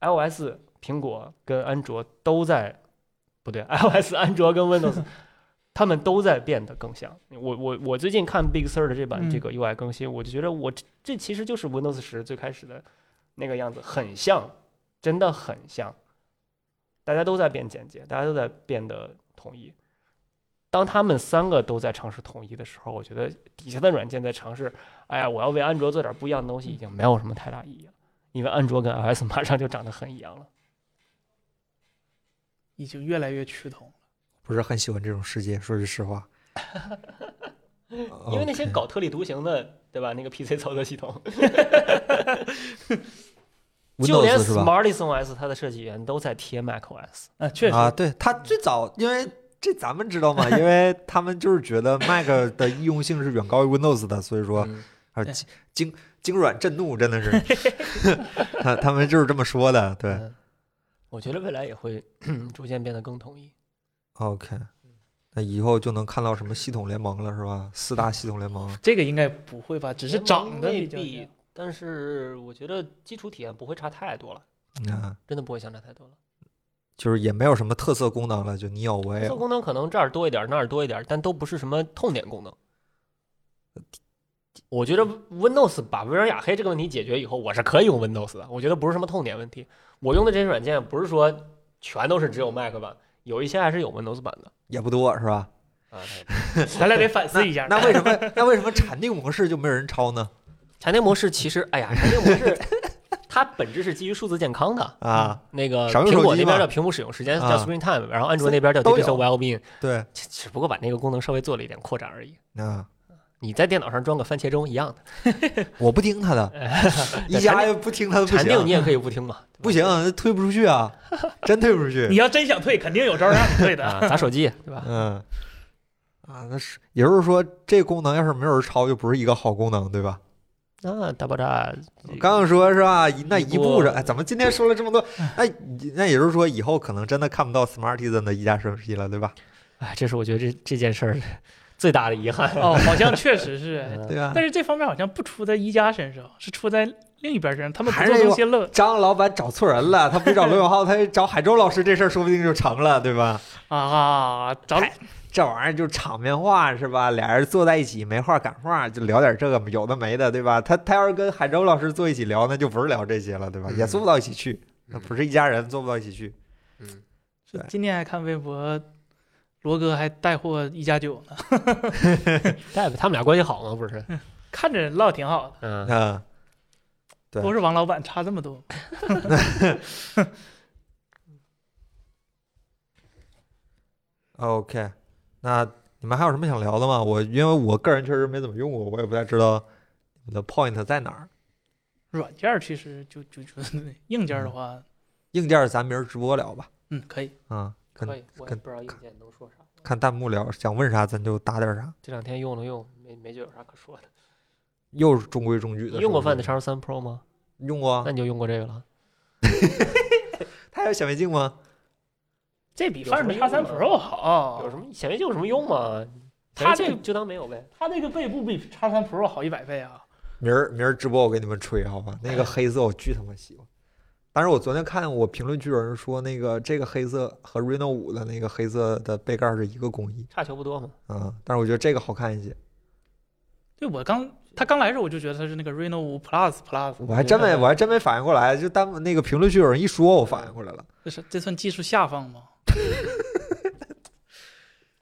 Speaker 3: iOS、苹果跟安卓都在，不对，iOS、安 [laughs] 卓跟 Windows，他们都在变得更像。我我我最近看 Big Sur 的这版
Speaker 2: 嗯
Speaker 3: 这个 UI 更新，我就觉得我这这其实就是 Windows 十最开始的那个样子，很像，真的很像。大家都在变简洁，大家都在变得统一。当他们三个都在尝试统一的时候，我觉得底下的软件在尝试，哎呀，我要为安卓做点不一样的东西，已经没有什么太大意义了，因为安卓跟 iOS 马上就长得很一样了。
Speaker 2: 已经越来越趋同了。
Speaker 1: 不是很喜欢这种世界，说句实话。因
Speaker 3: [laughs] 因为那
Speaker 1: 哦
Speaker 3: 些搞特立独行的，对吧？那个 PC 操作系统，就连
Speaker 1: Windows 是吧？
Speaker 3: Smartisan OS 它的设计语言都在贴 macOS。
Speaker 2: 啊，确实，
Speaker 1: 啊，对，它最早因为这咱们知道
Speaker 3: [laughs]
Speaker 1: 嘛，因为他们就是觉得 Mac 的易用性是远高于 Windows 的，所以说
Speaker 3: 嗯
Speaker 1: 啊
Speaker 2: 对
Speaker 1: 惊惊惊软震怒，真的是
Speaker 3: [laughs]
Speaker 1: 他他们就是这么说的。对
Speaker 3: 嗯我觉得未来也会 [clears throat] 逐渐变得更统一。
Speaker 1: ，OK，那以后就能看到什么系统联盟了，是吧？四大系统联盟。
Speaker 2: 这个应该不会吧？只是长得
Speaker 3: 未
Speaker 2: 比较像
Speaker 3: 必，但是我觉得基础体验不会差太多了，
Speaker 1: 啊，
Speaker 3: 真的不会相差太多了。
Speaker 1: 就是也没有什么特色功能了，就你有我也
Speaker 3: 特色
Speaker 1: 有。
Speaker 3: 功能可能这儿多一点，那儿多一点，但都不是什么痛点功能。我觉得 Windows 把微软雅黑这个问题解决以后，我是可以用 Windows 的。我觉得不是什么痛点问题。我用的这些软件不是说全都是只有 Mac 版，有一些还是有 Windows 版的。
Speaker 1: 也不多是
Speaker 3: [laughs]
Speaker 1: 吧？
Speaker 3: 啊，
Speaker 2: [laughs] 咱俩得反思一下。
Speaker 1: 那为什么那为什么禅定模式就没有人抄呢？
Speaker 3: 禅定模式其实，哎呀，禅定模式它本质是基于数字健康的。
Speaker 1: 啊，[laughs]
Speaker 3: 那个
Speaker 1: 少用
Speaker 3: 苹
Speaker 1: 手
Speaker 3: 果
Speaker 1: 机
Speaker 3: 那边
Speaker 1: 嘛
Speaker 3: 叫屏幕使用时间
Speaker 1: 啊
Speaker 3: 叫 Screen Time，然后安卓那边叫
Speaker 1: 都有
Speaker 3: Digital Wellbeing，
Speaker 1: 对，
Speaker 3: 只只不过把那个功能稍微做了一点扩展而已。
Speaker 1: 啊，
Speaker 3: 你在电脑上装个番茄钟一样的，
Speaker 1: 我不听他
Speaker 3: [laughs]
Speaker 1: 的，一家也不听他的不
Speaker 3: 禅定你
Speaker 1: 行，
Speaker 3: 也可以不
Speaker 1: [laughs]
Speaker 3: 听嘛，对吧
Speaker 1: 不行，推不出去
Speaker 3: [laughs]
Speaker 1: 啊，真推不出
Speaker 2: 你
Speaker 1: 去。
Speaker 2: 要真想退，肯定有
Speaker 1: [laughs]
Speaker 2: 招让你退的。
Speaker 3: 啊，砸手机对吧？
Speaker 1: 嗯，啊，那是也就是说，这功能要是没有人抄，就不是一个好功能，对吧？啊
Speaker 3: 那大爆炸，这个
Speaker 1: 刚刚说是吧？一那
Speaker 3: 一
Speaker 1: 一
Speaker 3: 波
Speaker 1: 步上，哎，怎么今天说了
Speaker 3: [laughs]
Speaker 1: 这么多？哎，那也就是说，以后可能真的看不到 Smartisan 的一加手机了，对吧？
Speaker 3: 哎，这是我觉得这这件事儿 [laughs] 最大的遗憾。
Speaker 2: 哦，好像确实
Speaker 1: [laughs]
Speaker 3: 嗯
Speaker 2: 是，
Speaker 1: 对吧？
Speaker 2: 但是这方面好像不出在一家身上，是出在另一边身上。他们不
Speaker 1: 还是
Speaker 2: 做
Speaker 1: 有
Speaker 2: 东西愣
Speaker 1: 张老板找错人了，他不找罗永浩，他找海舟老师，这事儿说不定就成了，对吧？
Speaker 2: 啊，找
Speaker 1: 哎这玩意儿就是场面话是吧？俩人坐在一起没话赶话，就聊点这个有的没的，对吧？他他要是跟海舟老师坐一起聊，那就不是聊这些了，对吧？
Speaker 3: 嗯
Speaker 1: 也坐不到一起去， [laughs] 那不是一家人，坐不到一起去。
Speaker 3: 嗯，
Speaker 2: 是今天还看微博，罗哥还带货一加九呢，
Speaker 3: 大夫他们俩关系好吗？
Speaker 1: [laughs]
Speaker 3: 不是，
Speaker 2: 看着唠挺好的。
Speaker 3: 嗯，
Speaker 1: 嗯，对
Speaker 2: 都是王老板，差这么多吗。
Speaker 1: OK，那你们还有什么想聊的吗？我因为我个人确实没怎么用过，我也不太知道你的 point 在哪儿。
Speaker 2: 软件儿其实就就就硬件儿的话，
Speaker 1: 硬件咱明儿直播聊吧，
Speaker 2: 嗯，可以。
Speaker 1: 啊、嗯，
Speaker 3: 可
Speaker 1: 看
Speaker 3: 以，我也
Speaker 1: 跟
Speaker 3: 不知道硬件能说啥。
Speaker 1: 看弹幕聊，想问啥咱就答点啥，
Speaker 3: 这两天用了用，没没觉得有啥可说的。
Speaker 1: 又是中规中矩
Speaker 3: 你
Speaker 1: 的。
Speaker 3: 用过
Speaker 1: 是不是
Speaker 3: Find X 三 Pro 吗？
Speaker 1: 用过啊
Speaker 3: 那，你就用过这个了。
Speaker 1: 它有显微镜吗？
Speaker 2: 这比
Speaker 3: 有什
Speaker 2: 范
Speaker 3: 么
Speaker 2: 瑞叉三
Speaker 3: 用啊
Speaker 2: Pro 好，
Speaker 3: 有什么显微镜有什么用吗？
Speaker 2: 它
Speaker 3: 显微
Speaker 2: 这
Speaker 3: 镜就当没有呗。
Speaker 2: 它那个背部比叉三 Pro 好一百倍啊！
Speaker 1: 明儿明儿直播我给你们吹好吧？那个黑色我巨他妈喜欢，但是我昨天看我评论区有人说那个这个黑色和 Reno 五的那个黑色的背盖是一个工艺
Speaker 3: 差球不多嘛。
Speaker 1: 啊、嗯但是我觉得这个好看一些，
Speaker 2: 对我刚它刚来的时候我就觉得它是那个 Reno 五 Plus Plus，
Speaker 1: 我还真没
Speaker 2: 嗯
Speaker 1: 我还真没反应过来，就弹幕那个评论区有人一说，我反应过来了。
Speaker 2: 这是这算技术下放吗？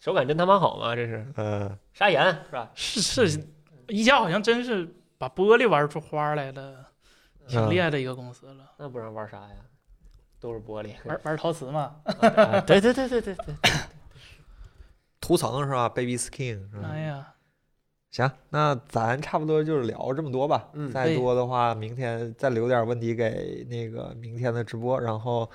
Speaker 3: 手感真他妈好吗？这是
Speaker 1: 嗯，
Speaker 3: 砂岩是吧？
Speaker 2: 是是，一加好像真是把玻璃玩出花来了。挺
Speaker 1: 嗯
Speaker 2: 厉害的一个公司了，
Speaker 3: 那不然玩啥呀？都是玻璃。
Speaker 2: 玩玩陶瓷嘛。
Speaker 1: [laughs]
Speaker 3: 啊
Speaker 1: 哎
Speaker 3: 对对对对对对，
Speaker 1: 涂层是吧？Baby Skin 是吧？
Speaker 2: 哎呀，
Speaker 1: 行，那咱差不多就是聊这么多吧。
Speaker 3: 嗯
Speaker 1: 再多的话，明天再留点问题给那个明天的直播。然后，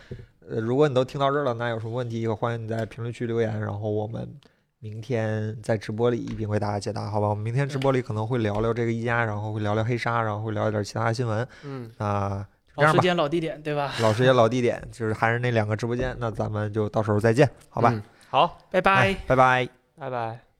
Speaker 1: 呃，如果你都听到这儿了，那有什么问题，欢迎你在评论区留言。然后我们明天在直播里一并为大家解答，好吧？我们明天直播里可能会聊聊这个一加，然后会聊聊黑鲨，然后会聊一点其他新闻。
Speaker 3: 嗯，
Speaker 1: 那就这
Speaker 2: 老
Speaker 1: 样
Speaker 2: 时
Speaker 1: 吧，
Speaker 2: 间老地点，对吧？
Speaker 1: 老师也老地点，就是还是那两个直播间。那咱们就到时候再见，好吧？
Speaker 3: 嗯好，
Speaker 2: 拜拜
Speaker 1: 哎。拜拜。
Speaker 3: 拜拜。